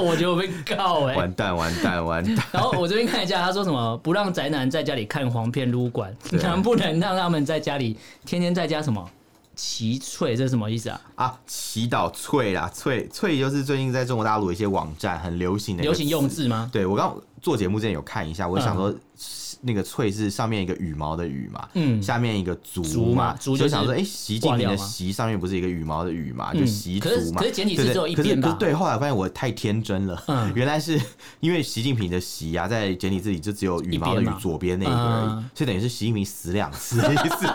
Speaker 1: 我觉得我被告哎、
Speaker 2: 完蛋，完蛋，完蛋！
Speaker 1: 然后我这边看一下，他说什么不让宅男在家里看黄片撸管，
Speaker 2: 对
Speaker 1: 能不能让他们在家里天天在家什么奇翠？这是什么意思啊？
Speaker 2: 啊，祈祷翠啦，翠翠就是最近在中国大陆有一些网站很流行的一个
Speaker 1: 流行用
Speaker 2: 词。
Speaker 1: 字吗？
Speaker 2: 对我刚做节目之前有看一下，我
Speaker 1: 嗯
Speaker 2: 想说、那个翠是上面一个羽毛的羽嘛，
Speaker 1: 嗯
Speaker 2: 下面一个足
Speaker 1: 足
Speaker 2: 嘛，
Speaker 1: 嘛足就
Speaker 2: 就是想说，哎、习近平
Speaker 1: 挂
Speaker 2: 的
Speaker 1: 掉吗
Speaker 2: 习上面不是一个羽毛的羽嘛，
Speaker 1: 嗯
Speaker 2: 就习
Speaker 1: 可是
Speaker 2: 足嘛。
Speaker 1: 可是简体字
Speaker 2: 对不对
Speaker 1: 只有一
Speaker 2: 可是
Speaker 1: 边吧
Speaker 2: 可是对，后来发现我太天真了，
Speaker 1: 嗯
Speaker 2: 原来是因为习近平的习啊，在简体字里就只有羽毛
Speaker 1: 一
Speaker 2: 的羽
Speaker 1: 边嘛
Speaker 2: 左边那一个而已，
Speaker 1: 嗯
Speaker 2: 所以等于是习近平死两次的意
Speaker 1: [laughs]
Speaker 2: 思。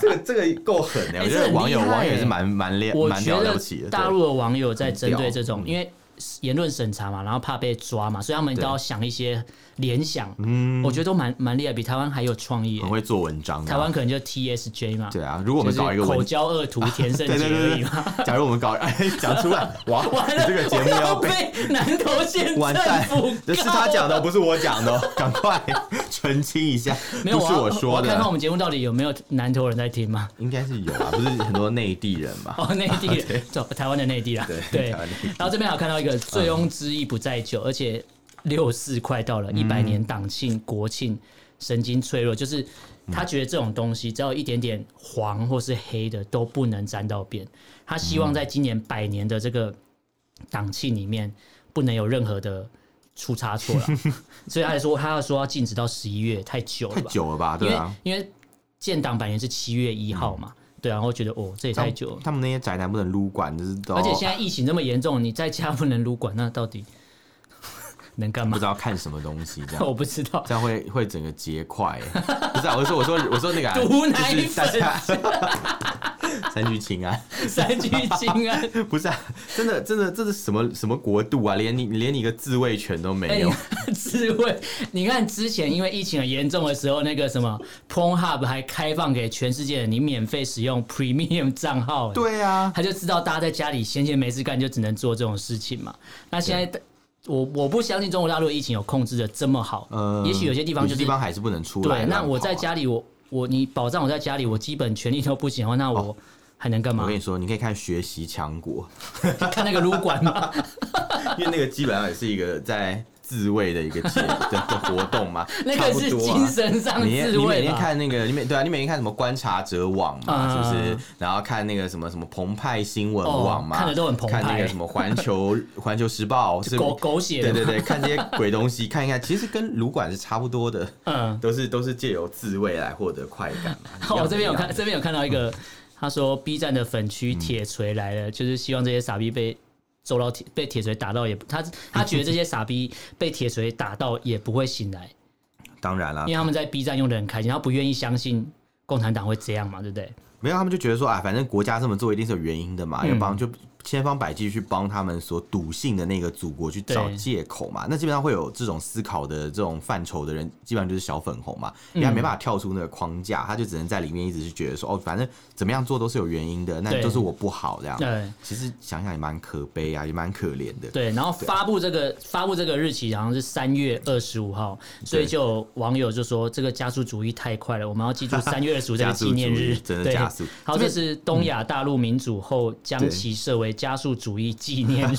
Speaker 2: 这个这个够狠的、
Speaker 1: 哎
Speaker 2: 我觉
Speaker 1: 这
Speaker 2: 得
Speaker 1: 很
Speaker 2: 网友
Speaker 1: 厉害
Speaker 2: 网友也是
Speaker 1: 哎
Speaker 2: 蛮蛮了
Speaker 1: 我
Speaker 2: 蛮
Speaker 1: 觉
Speaker 2: 了
Speaker 1: 得
Speaker 2: 了起的。
Speaker 1: 大
Speaker 2: 对
Speaker 1: 陆的网友在针对
Speaker 2: 很屌
Speaker 1: 这种，因为言论审查嘛，然后怕被抓嘛，所以他们都
Speaker 2: 对
Speaker 1: 要想一些联想。我觉得都蛮蛮厉害，比台湾还有创意耶
Speaker 2: 很。会做文章、啊，
Speaker 1: 台湾可能就 TSJ 嘛，
Speaker 2: 对啊，如果我们搞一个
Speaker 1: 就是
Speaker 2: 文
Speaker 1: 口交恶徒田胜
Speaker 2: 对
Speaker 1: 杰
Speaker 2: 对
Speaker 1: 而
Speaker 2: 对
Speaker 1: 已嘛。
Speaker 2: 对，假如我们搞，哎，讲出
Speaker 1: [laughs]
Speaker 2: 来，哇，
Speaker 1: 完
Speaker 2: 你
Speaker 1: 了，
Speaker 2: 这个节目
Speaker 1: 我
Speaker 2: 要
Speaker 1: 要
Speaker 2: 被
Speaker 1: 被南投县政府
Speaker 2: 完蛋
Speaker 1: 告，
Speaker 2: 这是他讲的，不是我讲的哦，赶快澄清一下，
Speaker 1: 没有，
Speaker 2: 不是
Speaker 1: 要
Speaker 2: 说
Speaker 1: 要看看我
Speaker 2: 的，
Speaker 1: 们节目到底有没有南投人在听
Speaker 2: [laughs]
Speaker 1: 吗？
Speaker 2: 应该是有啊，不是很多内地人
Speaker 1: [laughs]
Speaker 2: 嘛，
Speaker 1: 哦，内地人，走台湾的内地啦。
Speaker 2: 啊对台湾内地
Speaker 1: 然后这边还有看到一个“醉翁之意不在酒”，而且六四快到
Speaker 2: 嗯
Speaker 1: 了，一百年党庆、国庆，神经脆弱，就是他觉得这种东西只要有一点点黄或是黑的都不能沾到边。他希望在今年百年的这个党庆里面不能有任何的出差错
Speaker 2: [laughs]
Speaker 1: 了，所以他还说他要说要禁止到十一月，太久了
Speaker 2: 太
Speaker 1: 吧？
Speaker 2: 久了吧？
Speaker 1: 因
Speaker 2: 对
Speaker 1: 为
Speaker 2: 啊，嗯
Speaker 1: 因为建党百年是七月一号嘛，对啊，然后觉得哦这也太久了。
Speaker 2: 他们那些宅男不能撸管，就是都
Speaker 1: 而且现在疫情这么严重，你在家不能撸管，那到底能干
Speaker 2: 不
Speaker 1: 嘛
Speaker 2: 知？道看什么东西这
Speaker 1: [laughs]
Speaker 2: 样。
Speaker 1: 我不知
Speaker 2: [laughs]
Speaker 1: 道。
Speaker 2: 这样会会整个结块耶，不是啊？我说我说我说那个啊，
Speaker 1: 毒奶
Speaker 2: 就是大
Speaker 1: 粉
Speaker 2: 家 [laughs] 三聚氰胺，
Speaker 1: 三聚氰胺，
Speaker 2: [laughs] 不是啊，真的，真的，这是什么什么国度啊？连你连你个自卫权都
Speaker 1: 哎、
Speaker 2: 没有
Speaker 1: 你，看智慧，你看之前因为疫情很严重的时候，那个什么 Pornhub 还开放给全世界人，你免费使用 Premium 账号、哎
Speaker 2: [laughs] 对啊，
Speaker 1: 他就知道大家在家里闲闲没事干，就只能做这种事情嘛。那现在我我不相信中国大陆疫情有控制的这么好，
Speaker 2: 呃，
Speaker 1: 也许有些地方就
Speaker 2: 有
Speaker 1: 是
Speaker 2: 地方还是不能出来。
Speaker 1: 对，那我在
Speaker 2: 乱跑啊，
Speaker 1: 家里，我我你保障我在家里，我基本权利都不行的话，那我还能干嘛
Speaker 2: 哦我跟？你说，你可以看《学习强国 [laughs]
Speaker 1: [laughs] 看那个撸管吗？》，
Speaker 2: 因为那个基本上也是一个在自卫的一个节的的活动嘛，
Speaker 1: [laughs] 那
Speaker 2: 差
Speaker 1: 个
Speaker 2: 不
Speaker 1: 是
Speaker 2: 多啊
Speaker 1: 精神上
Speaker 2: 你
Speaker 1: 自
Speaker 2: 你每
Speaker 1: 慰 [laughs]
Speaker 2: 天
Speaker 1: 吧？
Speaker 2: 看那个，你每对啊，你每天看什么观察者网嘛，
Speaker 1: 嗯
Speaker 2: 是不是？然后看那个什么什么澎湃新闻
Speaker 1: 哦
Speaker 2: 网嘛，
Speaker 1: 看得都很澎湃
Speaker 2: 看那个什么环球 [laughs] 环球时报是
Speaker 1: 狗狗血的
Speaker 2: 对
Speaker 1: 嘛，
Speaker 2: 对对，看这些鬼东西，看一看，其实跟撸管是差不多的，
Speaker 1: 嗯，哦
Speaker 2: 都是都是借由自慰来获得快感
Speaker 1: [laughs]
Speaker 2: 嘛。一样
Speaker 1: 我
Speaker 2: 的
Speaker 1: 这边有
Speaker 2: 一
Speaker 1: 看，
Speaker 2: 样的
Speaker 1: 这边有看到一
Speaker 2: 嗯
Speaker 1: 个，他说 B 站的粉区铁锤来了，就是希望这些傻逼被揍到铁被铁锤打到也不，他他觉得这些傻逼被铁锤打到也不会醒
Speaker 2: [laughs]
Speaker 1: 来，
Speaker 2: 当然啦
Speaker 1: 因为，他们在 B 站用的很开心，他不愿意相信共产党会这样嘛，对不对？
Speaker 2: 没有他们就觉得说啊，反正国家这么做一定是有原因的嘛，
Speaker 1: 嗯
Speaker 2: 要帮就千方百计去帮他们所笃信的那个祖国去找
Speaker 1: 对
Speaker 2: 借口嘛。那基本上会有这种思考的这种范畴的人，基本上就是小粉红嘛，
Speaker 1: 嗯
Speaker 2: 因为他没办法跳出那个框架，他就只能在里面一直是觉得说哦，反正怎么样做都是有原因的，那
Speaker 1: 对
Speaker 2: 都是我不好这样。
Speaker 1: 对。
Speaker 2: 其实想想也蛮可悲啊，也蛮可怜的。
Speaker 1: 对，然后发布这个发布这个日期好像是三月二十五号，所以
Speaker 2: 啊对
Speaker 1: 就有网友就说这个加速主义太快了，我们要
Speaker 2: [laughs]
Speaker 1: 记住三月二十五这
Speaker 2: 加
Speaker 1: 个
Speaker 2: 速
Speaker 1: 纪念
Speaker 2: 主义
Speaker 1: 日。
Speaker 2: 真的
Speaker 1: 对
Speaker 2: 加速
Speaker 1: 好，
Speaker 2: 这
Speaker 1: 这
Speaker 2: 边
Speaker 1: 是东亚大陆民主后将
Speaker 2: 对
Speaker 1: 其设为加速主义纪念 [laughs] 日。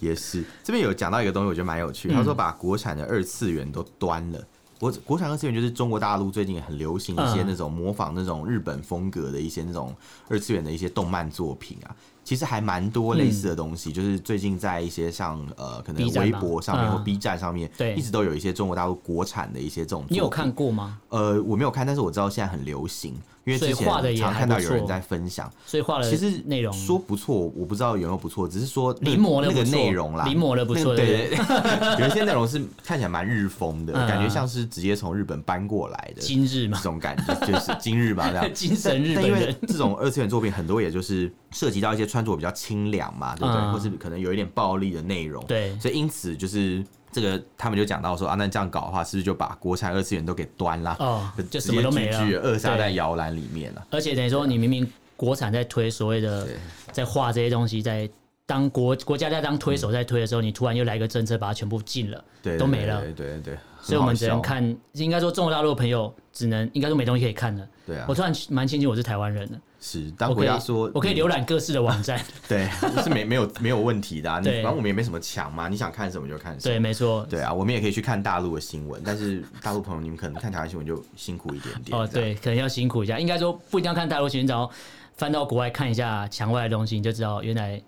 Speaker 2: 也是，这边有讲到一个东西，我觉得蛮有
Speaker 1: 嗯
Speaker 2: 趣。他说把国产的二次元都端了。国国产二次元就是中国大陆最近也很流行一些
Speaker 1: 嗯
Speaker 2: 那种模仿那种日本风格的一些那种二次元的一些动漫作品啊，其实还蛮多类似的东西。就是最近在一些像呃可
Speaker 1: 嗯 B
Speaker 2: 能
Speaker 1: 站
Speaker 2: 微
Speaker 1: 吗
Speaker 2: 博上面
Speaker 1: 嗯
Speaker 2: 或 B 站上面，
Speaker 1: 对
Speaker 2: 一直都有一些中国大陆国产的一些这种。
Speaker 1: 你有看？过吗？
Speaker 2: 呃，我没有看，但是我知道现在很流行，因为
Speaker 1: 所以
Speaker 2: 之前
Speaker 1: 画得也
Speaker 2: 常
Speaker 1: 还
Speaker 2: 看
Speaker 1: 不
Speaker 2: 到有人
Speaker 1: 错
Speaker 2: 在分享。
Speaker 1: 所以画了
Speaker 2: 其实
Speaker 1: 呃内容
Speaker 2: 说不错，我不知道有没有不错，只是说那
Speaker 1: 临摹的
Speaker 2: 那
Speaker 1: 不
Speaker 2: 个
Speaker 1: 错
Speaker 2: 内容啦，
Speaker 1: 临摹的不错
Speaker 2: 那个对
Speaker 1: 对
Speaker 2: 对对， [laughs] 有一些内容是看起来蛮日风的，
Speaker 1: 嗯
Speaker 2: 感觉像是直接从日本搬过来的
Speaker 1: 今日
Speaker 2: 这
Speaker 1: 嘛，。
Speaker 2: 种感觉， [laughs] 就是今日吧这样
Speaker 1: [laughs] 精神日
Speaker 2: 但
Speaker 1: 本
Speaker 2: 因为
Speaker 1: 人。
Speaker 2: 这种二次元作品很多，也就是涉及到一些穿着比较清凉嘛，对不对？
Speaker 1: 嗯
Speaker 2: 或是可能有一点暴力的内容，
Speaker 1: 对
Speaker 2: 所以因此就是这个，他们就讲到说啊，那这样搞的话，是不是就把国产二次元都给端啦？
Speaker 1: 哦就
Speaker 2: 直
Speaker 1: 什么
Speaker 2: 接
Speaker 1: 都没
Speaker 2: 聚聚
Speaker 1: 了
Speaker 2: 扼杀在
Speaker 1: 对
Speaker 2: 摇篮里面了。
Speaker 1: 而且等于说，你明明国产在推所谓的
Speaker 2: 对
Speaker 1: 在画这些东西，在当国国家在当推
Speaker 2: 嗯
Speaker 1: 手在推的时候，你突然又来一个政策把它全部禁了，
Speaker 2: 对，
Speaker 1: 都没了。
Speaker 2: 对对对对，
Speaker 1: 所以我们只能
Speaker 2: 很好笑，
Speaker 1: 看，应该说中国大陆的朋友只能应该说没东西可以看了。
Speaker 2: 对啊
Speaker 1: 我，突然蛮庆幸我是台湾人的，
Speaker 2: 是当
Speaker 1: 我可
Speaker 2: 国
Speaker 1: 以
Speaker 2: 家说
Speaker 1: 我可以
Speaker 2: 你
Speaker 1: 浏览各式的网站。
Speaker 2: [laughs]
Speaker 1: [laughs]
Speaker 2: 对，是没没有没有问题的、啊。你
Speaker 1: 对
Speaker 2: 反正我们也没什么墙嘛，你想看什么就看什
Speaker 1: 对，
Speaker 2: 么。
Speaker 1: 没错。
Speaker 2: 对啊，我们也可以去看大陆的新闻，但是大陆朋友你们可能看台湾新闻就辛苦一点点。
Speaker 1: 哦，
Speaker 2: 这样，
Speaker 1: 对，可能要辛苦一下。应该说不一定要看大陆新闻，然后翻到国外看一下墙外的东西，你就知道原来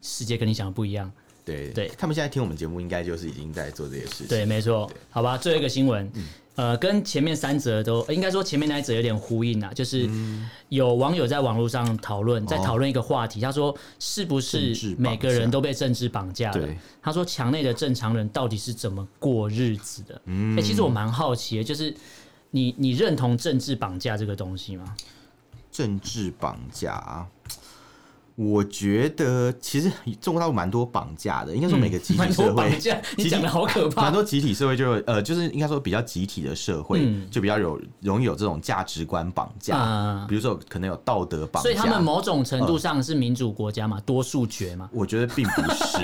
Speaker 1: 世界跟你想的不一样。
Speaker 2: 对
Speaker 1: 对
Speaker 2: 他们现在听我们节目，应该就是已经在做这些事情。
Speaker 1: 对，没错。好吧，最后一个新闻，
Speaker 2: 嗯
Speaker 1: 呃，跟前面三则都呃应该说前面那一则有点呼应啊，就是有网友在网络上讨论，在
Speaker 2: 嗯哦
Speaker 1: 讨论一个话题，他说是不
Speaker 2: 政治
Speaker 1: 是
Speaker 2: 绑
Speaker 1: 每个人
Speaker 2: 架
Speaker 1: 都被政治绑架了
Speaker 2: 对？
Speaker 1: 他说墙内的正常人到底是怎么过日子的？嗯，其实我蛮好奇的，就是你你认同政治绑架这个东西吗？
Speaker 2: 政治绑架，啊我觉得其实中国大陆蛮多绑架的，应该说每个集体
Speaker 1: 嗯蛮
Speaker 2: 社
Speaker 1: 多
Speaker 2: 会，
Speaker 1: 绑架，你讲的好可怕
Speaker 2: 蛮。多集体社会就有呃，就是应该说比较集体的社会，就比较有容易有这种价值观绑架，
Speaker 1: 嗯啊
Speaker 2: 比如说可能有道德绑架，嗯
Speaker 1: 所以他们某种程度上是民主国家嘛，多数决嘛。
Speaker 2: 我觉得并不是，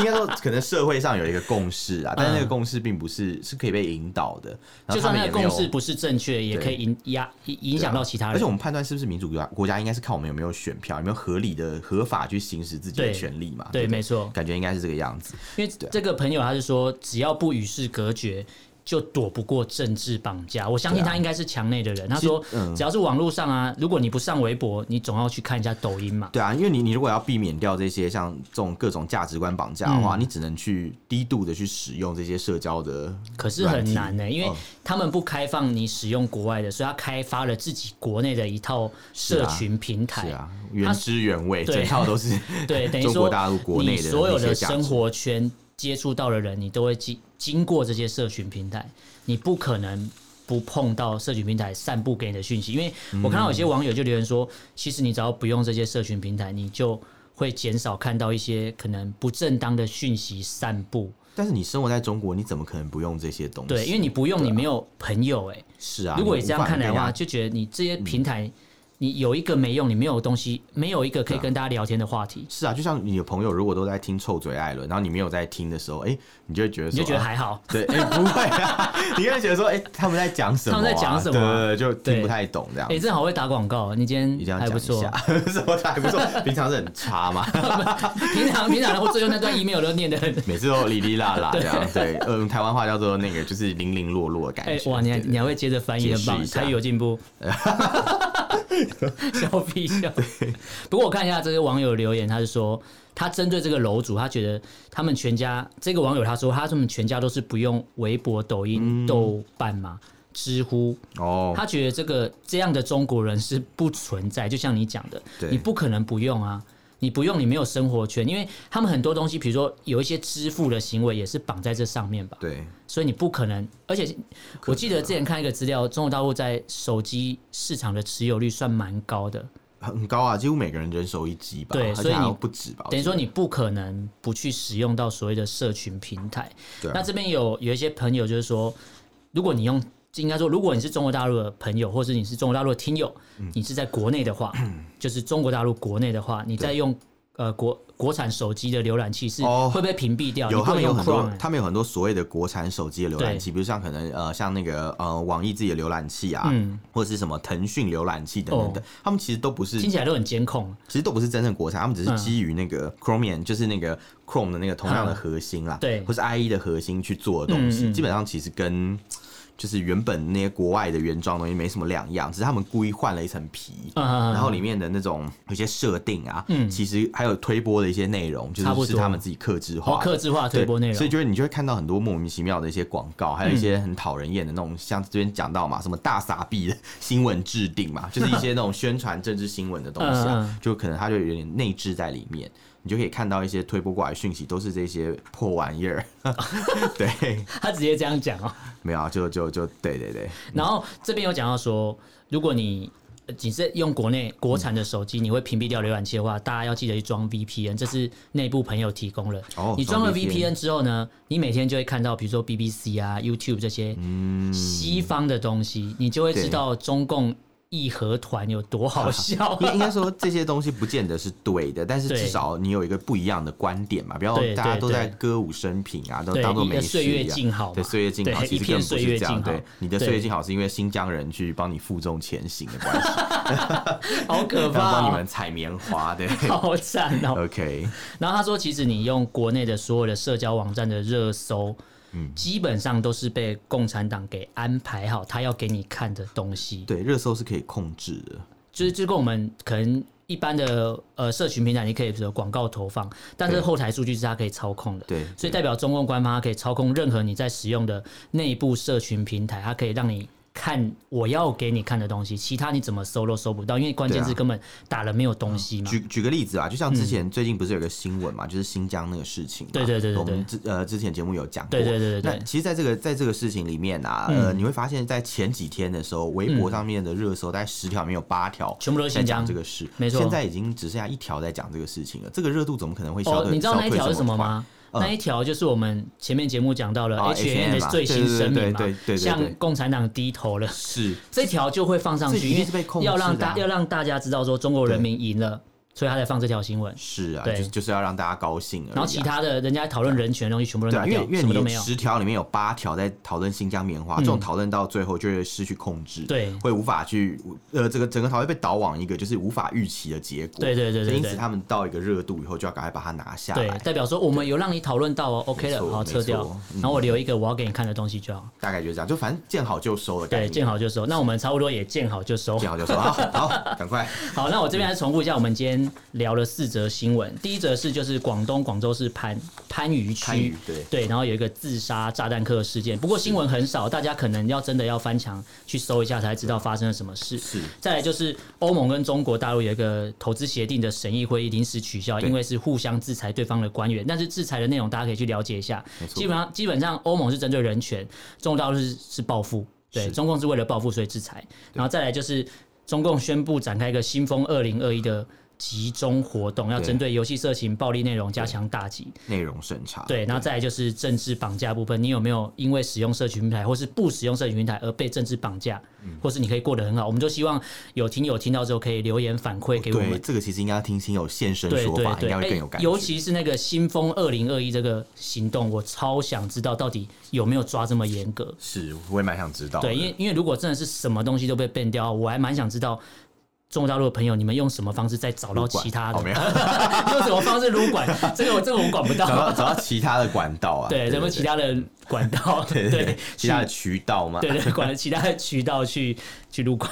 Speaker 2: 应该说可能社会上有一个共识啊，但是那个共识并不是是可以被引导的，
Speaker 1: 嗯
Speaker 2: 然
Speaker 1: 就
Speaker 2: 后他
Speaker 1: 算
Speaker 2: 们
Speaker 1: 那
Speaker 2: 也
Speaker 1: 个
Speaker 2: 没有
Speaker 1: 共识不是正确，也可以影压影影响到其他
Speaker 2: 而
Speaker 1: 人
Speaker 2: 且我。们判断是不是民主国家，国家应该是看我们有没有选票，有没有合理的合法去行使自己的
Speaker 1: 对
Speaker 2: 权利嘛？
Speaker 1: 对，
Speaker 2: 不
Speaker 1: 没错，
Speaker 2: 感觉应该是这个样子。
Speaker 1: 因为这个朋友他是说，只要不与世隔绝，就躲不过政治绑架。我相信
Speaker 2: 对啊嗯
Speaker 1: 他应该是墙内的人。他说，只要是网络上啊，如果你不上微博，你总要去看一下抖音嘛。
Speaker 2: 对啊，因为你你如果要避免掉这些像这种各种价值观绑架的
Speaker 1: 嗯
Speaker 2: 话，你只能去低度的去使用这些社交的，
Speaker 1: 可是很难呢、欸因为
Speaker 2: 嗯
Speaker 1: 他们不开放你使用国外的，所以他开发了自己国内的一套社群平台。
Speaker 2: 是啊，原汁原味，
Speaker 1: 对
Speaker 2: 整套都是
Speaker 1: 哎对，等于
Speaker 2: 中国
Speaker 1: 说
Speaker 2: 大陆国
Speaker 1: 你
Speaker 2: 内的
Speaker 1: 所有
Speaker 2: 那
Speaker 1: 的
Speaker 2: 些价
Speaker 1: 生
Speaker 2: 值
Speaker 1: 活圈接触到的人，你都会经经过这些社群平台，你不可能。不碰到社群平台散布给你的讯息，因为我看到有些网友就留言说，其实你只要不用这些社群平台，你就会减少看到一些可能不正当的讯息散布。
Speaker 2: [laughs] 但是你生活在中国，你怎么可能不用这些东西？
Speaker 1: 对，因为你不用，你没有朋友哎、
Speaker 2: 是啊，
Speaker 1: 如果
Speaker 2: 你
Speaker 1: 你这样
Speaker 2: 无法
Speaker 1: 看来的
Speaker 2: 跟人
Speaker 1: 话，
Speaker 2: 家
Speaker 1: 就觉得你这些平台，你有一个没用，你没有东西，没有一个
Speaker 2: 啊
Speaker 1: 可以跟大家聊天的话题，
Speaker 2: 是啊，就像你的朋友如果都在听臭嘴艾伦，然后你没有在听的时候，哎、你就会觉得
Speaker 1: 你
Speaker 2: 说
Speaker 1: 就觉得
Speaker 2: 啊
Speaker 1: 还好。
Speaker 2: [laughs] 对，哎、不会啊， [laughs] 你会觉得说，哎、他们在讲什么啊、
Speaker 1: 他们在讲什么啊
Speaker 2: 对对对，就
Speaker 1: 对
Speaker 2: 听不太懂这样
Speaker 1: 哎、。欸，真的好会打广告哦，你今
Speaker 2: 一
Speaker 1: 天
Speaker 2: 定要
Speaker 1: 还
Speaker 2: 讲
Speaker 1: 不
Speaker 2: 一
Speaker 1: 错。啊
Speaker 2: 下， [laughs] 什么都还不错，平常是很差嘛，
Speaker 1: 平常平常，我最后那段 email 都念的
Speaker 2: [laughs]
Speaker 1: 很。
Speaker 2: 每次都哩哩
Speaker 1: [laughs]
Speaker 2: 啦啦这样。对，嗯，台湾话叫做那个就是零零落落的感
Speaker 1: 哎、
Speaker 2: 觉。
Speaker 1: 哇，你还
Speaker 2: 对对啊
Speaker 1: 你还会接着翻译，
Speaker 2: 解
Speaker 1: 很
Speaker 2: 释
Speaker 1: 棒，
Speaker 2: 一下
Speaker 1: 台语有进
Speaker 2: [laughs]
Speaker 1: 步。笑屁笑。不过我看一下这些网友留言，他是说他针对这个楼主，他觉得他们全家这个网友他说他们全家都是不用微博、抖
Speaker 2: 嗯
Speaker 1: 音、豆瓣嘛、知乎，
Speaker 2: 哦，
Speaker 1: 他觉得这个这样的中国人是不存在，就像你讲的，
Speaker 2: 对
Speaker 1: 你不可能不用啊，你不用你没有生活圈，因为他们很多东西，比如说有一些支付的行为也是绑在这上面吧，
Speaker 2: 对，啊
Speaker 1: 所以你不可能。而且我记得之前看一个资料，中国大陆在手机市场的持有率算蛮高的，
Speaker 2: 很高啊，几乎每个人人手一机吧，
Speaker 1: 对
Speaker 2: 而且
Speaker 1: 所以
Speaker 2: 还
Speaker 1: 你
Speaker 2: 有不止吧，
Speaker 1: 等于说
Speaker 2: 我记
Speaker 1: 你不可能不去使用到所谓的社群平台。
Speaker 2: 对啊
Speaker 1: 那这边有有一些朋友就是说，如果你用应该说，如果你是中国大陆的朋友，或是你是中国大陆的听友，
Speaker 2: 嗯
Speaker 1: 你是在国内的话，就是中国大陆国内的话，你在用呃国国产手机的浏览器是
Speaker 2: 哦
Speaker 1: 会被屏蔽掉，
Speaker 2: 得
Speaker 1: 你
Speaker 2: 有
Speaker 1: 不能
Speaker 2: 他们有
Speaker 1: 用
Speaker 2: 很多
Speaker 1: Chrome，欸
Speaker 2: 他们有很多所谓的国产手机的浏览器，比如像可能呃像那个呃网易自己的浏览器啊，或者是什么腾讯浏览器等等等
Speaker 1: 嗯哦，
Speaker 2: 他们其实都不是
Speaker 1: 听起来都很监控。
Speaker 2: 其实都不是真正国产，他
Speaker 1: 嗯
Speaker 2: 们只是基于那个 Chromium，、就是那个 Chrome 的那个同样的核心啦，
Speaker 1: 对嗯
Speaker 2: 或是 IE 的核心去做的东西，基本上其实跟就是原本那些国外的原装东西没什么两样，只是他们故意换了一层皮，
Speaker 1: 嗯嗯嗯嗯
Speaker 2: 然后里面的那种有些设定啊，其实还有推播的一些内容，就
Speaker 1: 差不多
Speaker 2: 是是他们自己克制
Speaker 1: 哦，
Speaker 2: 化的。
Speaker 1: 克制化推
Speaker 2: 对，
Speaker 1: 播内
Speaker 2: 所
Speaker 1: 容，
Speaker 2: 以
Speaker 1: 嗯
Speaker 2: 就是你就会看到很多莫名其妙的一些广告，还有一些很讨人厌的那种，像这边讲到嘛，什么大傻逼的新闻制定
Speaker 1: [laughs]
Speaker 2: 嘛，就是一些那种宣传政治新闻的东西
Speaker 1: 嗯
Speaker 2: 啊，就可能它就有点内置在里面，你就可以看到一些推播过来的讯息都是这些破玩意儿， [laughs] 对，
Speaker 1: 他直接这样讲哦。
Speaker 2: 没有啊，就就就对对对，
Speaker 1: 然后这边有讲到说，如果你呃你是用国内国产的手机，你会屏蔽掉浏览器的话，大家要记得去装 VPN，这是内部朋友提供了。
Speaker 2: 哦
Speaker 1: 你装了
Speaker 2: 装 VPN
Speaker 1: VPN 之后呢，你每天就会看到，比如说
Speaker 2: 嗯
Speaker 1: BBC 啊、YouTube 这些西方的东西，你就会知道中共。义和团有多好
Speaker 2: [laughs]
Speaker 1: 笑、
Speaker 2: 应应该说这些东西不见得是对的，但是至少你有一个不一样的观点嘛，不要
Speaker 1: 对
Speaker 2: 大家
Speaker 1: 对
Speaker 2: 都在
Speaker 1: 对
Speaker 2: 歌舞升平啊，都
Speaker 1: 对
Speaker 2: 当做
Speaker 1: 一个
Speaker 2: 没事
Speaker 1: 岁月
Speaker 2: 一
Speaker 1: 静
Speaker 2: 样。
Speaker 1: 好嘛，
Speaker 2: 对岁月静好，
Speaker 1: 对
Speaker 2: 其
Speaker 1: 一
Speaker 2: 实根
Speaker 1: 片
Speaker 2: 本不
Speaker 1: 岁
Speaker 2: 是
Speaker 1: 月
Speaker 2: 这
Speaker 1: 静
Speaker 2: 样。
Speaker 1: 好，
Speaker 2: 对，你的
Speaker 1: 对
Speaker 2: 岁月静好是因为新疆人去帮你负重前行的关系，
Speaker 1: 好可
Speaker 2: 他们帮
Speaker 1: 怕
Speaker 2: 你
Speaker 1: 哦、
Speaker 2: 们采棉花对
Speaker 1: 好惨哦、
Speaker 2: OK，
Speaker 1: 然后他说，其实你用国内的所有的社交网站的热搜，
Speaker 2: 嗯
Speaker 1: 基本上都是被共产党给安排好，他要给你看的东西，
Speaker 2: 对，热搜是可以控制的。
Speaker 1: 就是就跟我们可能一般的呃社群平台，你可以比如说广告投放，但是
Speaker 2: 对
Speaker 1: 后台数据是它可以操控的，
Speaker 2: 对
Speaker 1: 所以代表中共官方它可以操控任何你在使用的内部社群平台，它可以让你。看我要给你看的东西，其他你怎么搜都搜不到，因为关键
Speaker 2: 对啊
Speaker 1: 字根本打了没有东西嘛。
Speaker 2: 举举个例子啊，就像之前最近不是有个新闻嘛，就是新疆那个事情嘛。
Speaker 1: 嗯对对对对
Speaker 2: 我们之呃之前节目有讲过。
Speaker 1: 对对对对嗯对
Speaker 2: 那其实，在这个在这个事情里面啊，呃，你会发现在前几天的时候，微博上面的热搜大概十条里面有八条
Speaker 1: 全部都是嗯
Speaker 2: 在
Speaker 1: 新疆
Speaker 2: 哎讲这个事，
Speaker 1: 没错
Speaker 2: 现在已经只剩下一条在讲这个事情了，这个热度怎么可能会消
Speaker 1: 哦
Speaker 2: 退？，
Speaker 1: 你知道那一条是什么
Speaker 2: 消退这快？
Speaker 1: 吗？那一条就是我们前面节目讲到了
Speaker 2: 啊
Speaker 1: H N 的
Speaker 2: H&M
Speaker 1: 最新声明
Speaker 2: 嘛对对对对对对对
Speaker 1: 向共产党低头了， [laughs]
Speaker 2: 是
Speaker 1: 这条就会放上
Speaker 2: 这
Speaker 1: 去，
Speaker 2: 一定
Speaker 1: 因
Speaker 2: 是被
Speaker 1: 为
Speaker 2: 控制的啊
Speaker 1: 要让大要让大家知道说中国人民赢了，所以他才放这条新闻。
Speaker 2: 是啊，
Speaker 1: 对
Speaker 2: 就就是要让大家高兴而已啊。
Speaker 1: 然后其他的人家讨论人权的东西全部都
Speaker 2: 对啊，
Speaker 1: 拿
Speaker 2: 因为
Speaker 1: 掉，
Speaker 2: 因为
Speaker 1: 什么都
Speaker 2: 你
Speaker 1: 没有。嗯
Speaker 2: 十条里面有八条在讨论新疆棉花，这种讨论到最后就会失去控制，
Speaker 1: 对
Speaker 2: 会无法去呃，这个整个讨论被导往一个就是无法预期的结果，
Speaker 1: 对对对对
Speaker 2: 所以因
Speaker 1: 对
Speaker 2: 此他们到一个热度以后，就要赶快把它拿下
Speaker 1: 对，
Speaker 2: 来，
Speaker 1: 代表说我们有让你讨论到哦，OK
Speaker 2: 啊没
Speaker 1: 了，
Speaker 2: 错
Speaker 1: 好
Speaker 2: 没错
Speaker 1: 撤掉
Speaker 2: 嗯。
Speaker 1: 然后我留一个我要给你看的东西就好。
Speaker 2: 大概就是这样，就反正见好就收的概
Speaker 1: 对，
Speaker 2: 念，
Speaker 1: 见好就收。那我们差不多也见好就收。
Speaker 2: 见好就收，好，
Speaker 1: [laughs]
Speaker 2: 好，赶快，
Speaker 1: 好，那我这边来重复一下，我们今天聊了四则新闻。第一则是就是广东广州市番番禺
Speaker 2: 番禺
Speaker 1: 区，
Speaker 2: 对
Speaker 1: 然后有一个自杀炸弹客事件，不过新闻很少，大家可能要真的要翻墙去搜一下才知道发生了什么事。
Speaker 2: 是
Speaker 1: 再来就是欧盟跟中国大陆有一个投资协定的审议会议临时取消，
Speaker 2: 对
Speaker 1: 因为是互相制裁对方的官员。但是制裁的内容大家可以去了解一下。
Speaker 2: 错
Speaker 1: 基本上基本上欧盟是针对人权，中国大陆是是报复，对，
Speaker 2: 是
Speaker 1: 中共是为了报复所以制裁。然后再来就是中共宣布展开一个新风二零二一的集中活动，要
Speaker 2: 对
Speaker 1: 针对游戏色情、暴力内容加强打击。
Speaker 2: 内容审查，
Speaker 1: 对，然后再来就是政治绑架部分，你有没有因为使用社群平台或是不使用社群平台而被政治绑架，
Speaker 2: 嗯
Speaker 1: 或是你可以过得很好？我们就希望有听友听到之后可以留言反馈给我
Speaker 2: 对，
Speaker 1: 们。
Speaker 2: 这个其实应该要听亲友现身
Speaker 1: 对
Speaker 2: 说
Speaker 1: 对
Speaker 2: 法，应
Speaker 1: 对，
Speaker 2: 该会更有
Speaker 1: 哎
Speaker 2: 感觉，
Speaker 1: 尤其是那个新风二零二一这个行动，我超想知道到底有没有抓这么严格。
Speaker 2: 是我也蛮想知道的，
Speaker 1: 对，因为因为如果真的是什么东西都被 ban 掉，我还蛮想知道中国大陆的朋友，你们用什么方式再找到
Speaker 2: 管
Speaker 1: 其他的
Speaker 2: 哦，没有
Speaker 1: [laughs] 用什么方式撸管？这个我这个我管不到。
Speaker 2: 找到找到其他的管道啊，
Speaker 1: 对，咱们其他的管道，
Speaker 2: [laughs] 对对对
Speaker 1: 对，
Speaker 2: 其他的渠道嘛，
Speaker 1: 对对，管其他的渠道去去入管，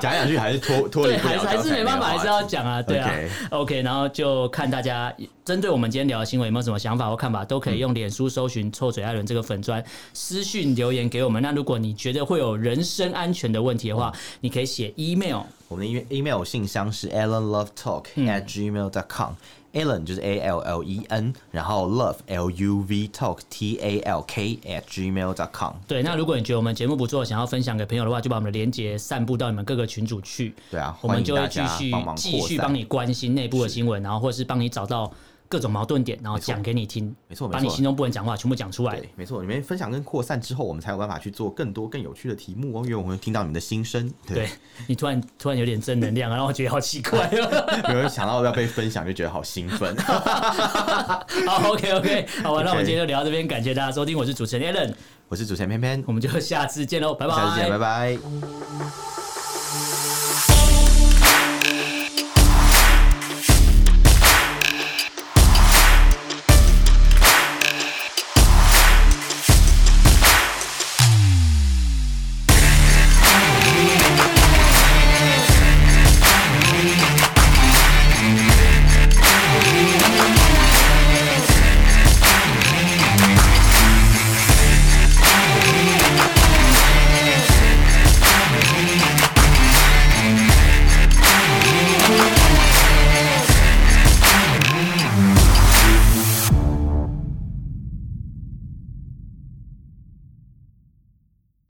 Speaker 2: 讲来讲去还
Speaker 1: [laughs]
Speaker 2: 是脱脱离
Speaker 1: 对，
Speaker 2: 不
Speaker 1: 还
Speaker 2: 了，
Speaker 1: 是还是没办法，还是要讲啊，对啊
Speaker 2: OK
Speaker 1: ，OK，然后就看大家针对我们今天聊的新闻有没有什么想法或看法，都
Speaker 2: 嗯
Speaker 1: 可以用脸书搜寻“臭嘴艾伦”这个粉砖私讯留言给我们。那如果你觉得会有人身安全的问题的话，
Speaker 2: 嗯
Speaker 1: 你可以写 email，
Speaker 2: 我们的 email 信箱是 allenlovetalk
Speaker 1: 嗯
Speaker 2: at gmail dot com。Allen 就是 A L L E N，然后 love L U V talk T A L K at gmail dot com。
Speaker 1: 对，那如果你觉得我们节目不错，想要分享给朋友的话，就把我们的链接散布到你们各个群组去。
Speaker 2: 对啊
Speaker 1: 我们就会
Speaker 2: 欢迎
Speaker 1: 继
Speaker 2: 大家
Speaker 1: 续
Speaker 2: 帮忙
Speaker 1: 继续
Speaker 2: 扩散
Speaker 1: 帮你关心内部的新闻，然后或是帮你找到各种矛盾点，然后讲给你听。
Speaker 2: 没错没错
Speaker 1: 把你心中不能讲话全部讲出来
Speaker 2: 对。，没错，你们分享跟扩散之后，我们才有办法去做更多更有趣的题目哦，因为我们会听到你们的心声。
Speaker 1: 对，你突然突然有点正能量，然后我觉得好奇
Speaker 2: [laughs]
Speaker 1: 怪。
Speaker 2: 有人想到要被分享，就觉得好兴奋。 [laughs]
Speaker 1: 好，OK OK，好吧，那我们
Speaker 2: OK
Speaker 1: 今天就聊到这边，感谢大家收听，我是主持人 Allen， [laughs]
Speaker 2: 我是主持人偏偏
Speaker 1: 我，们就下次见喽，拜拜，
Speaker 2: 下次见，拜拜。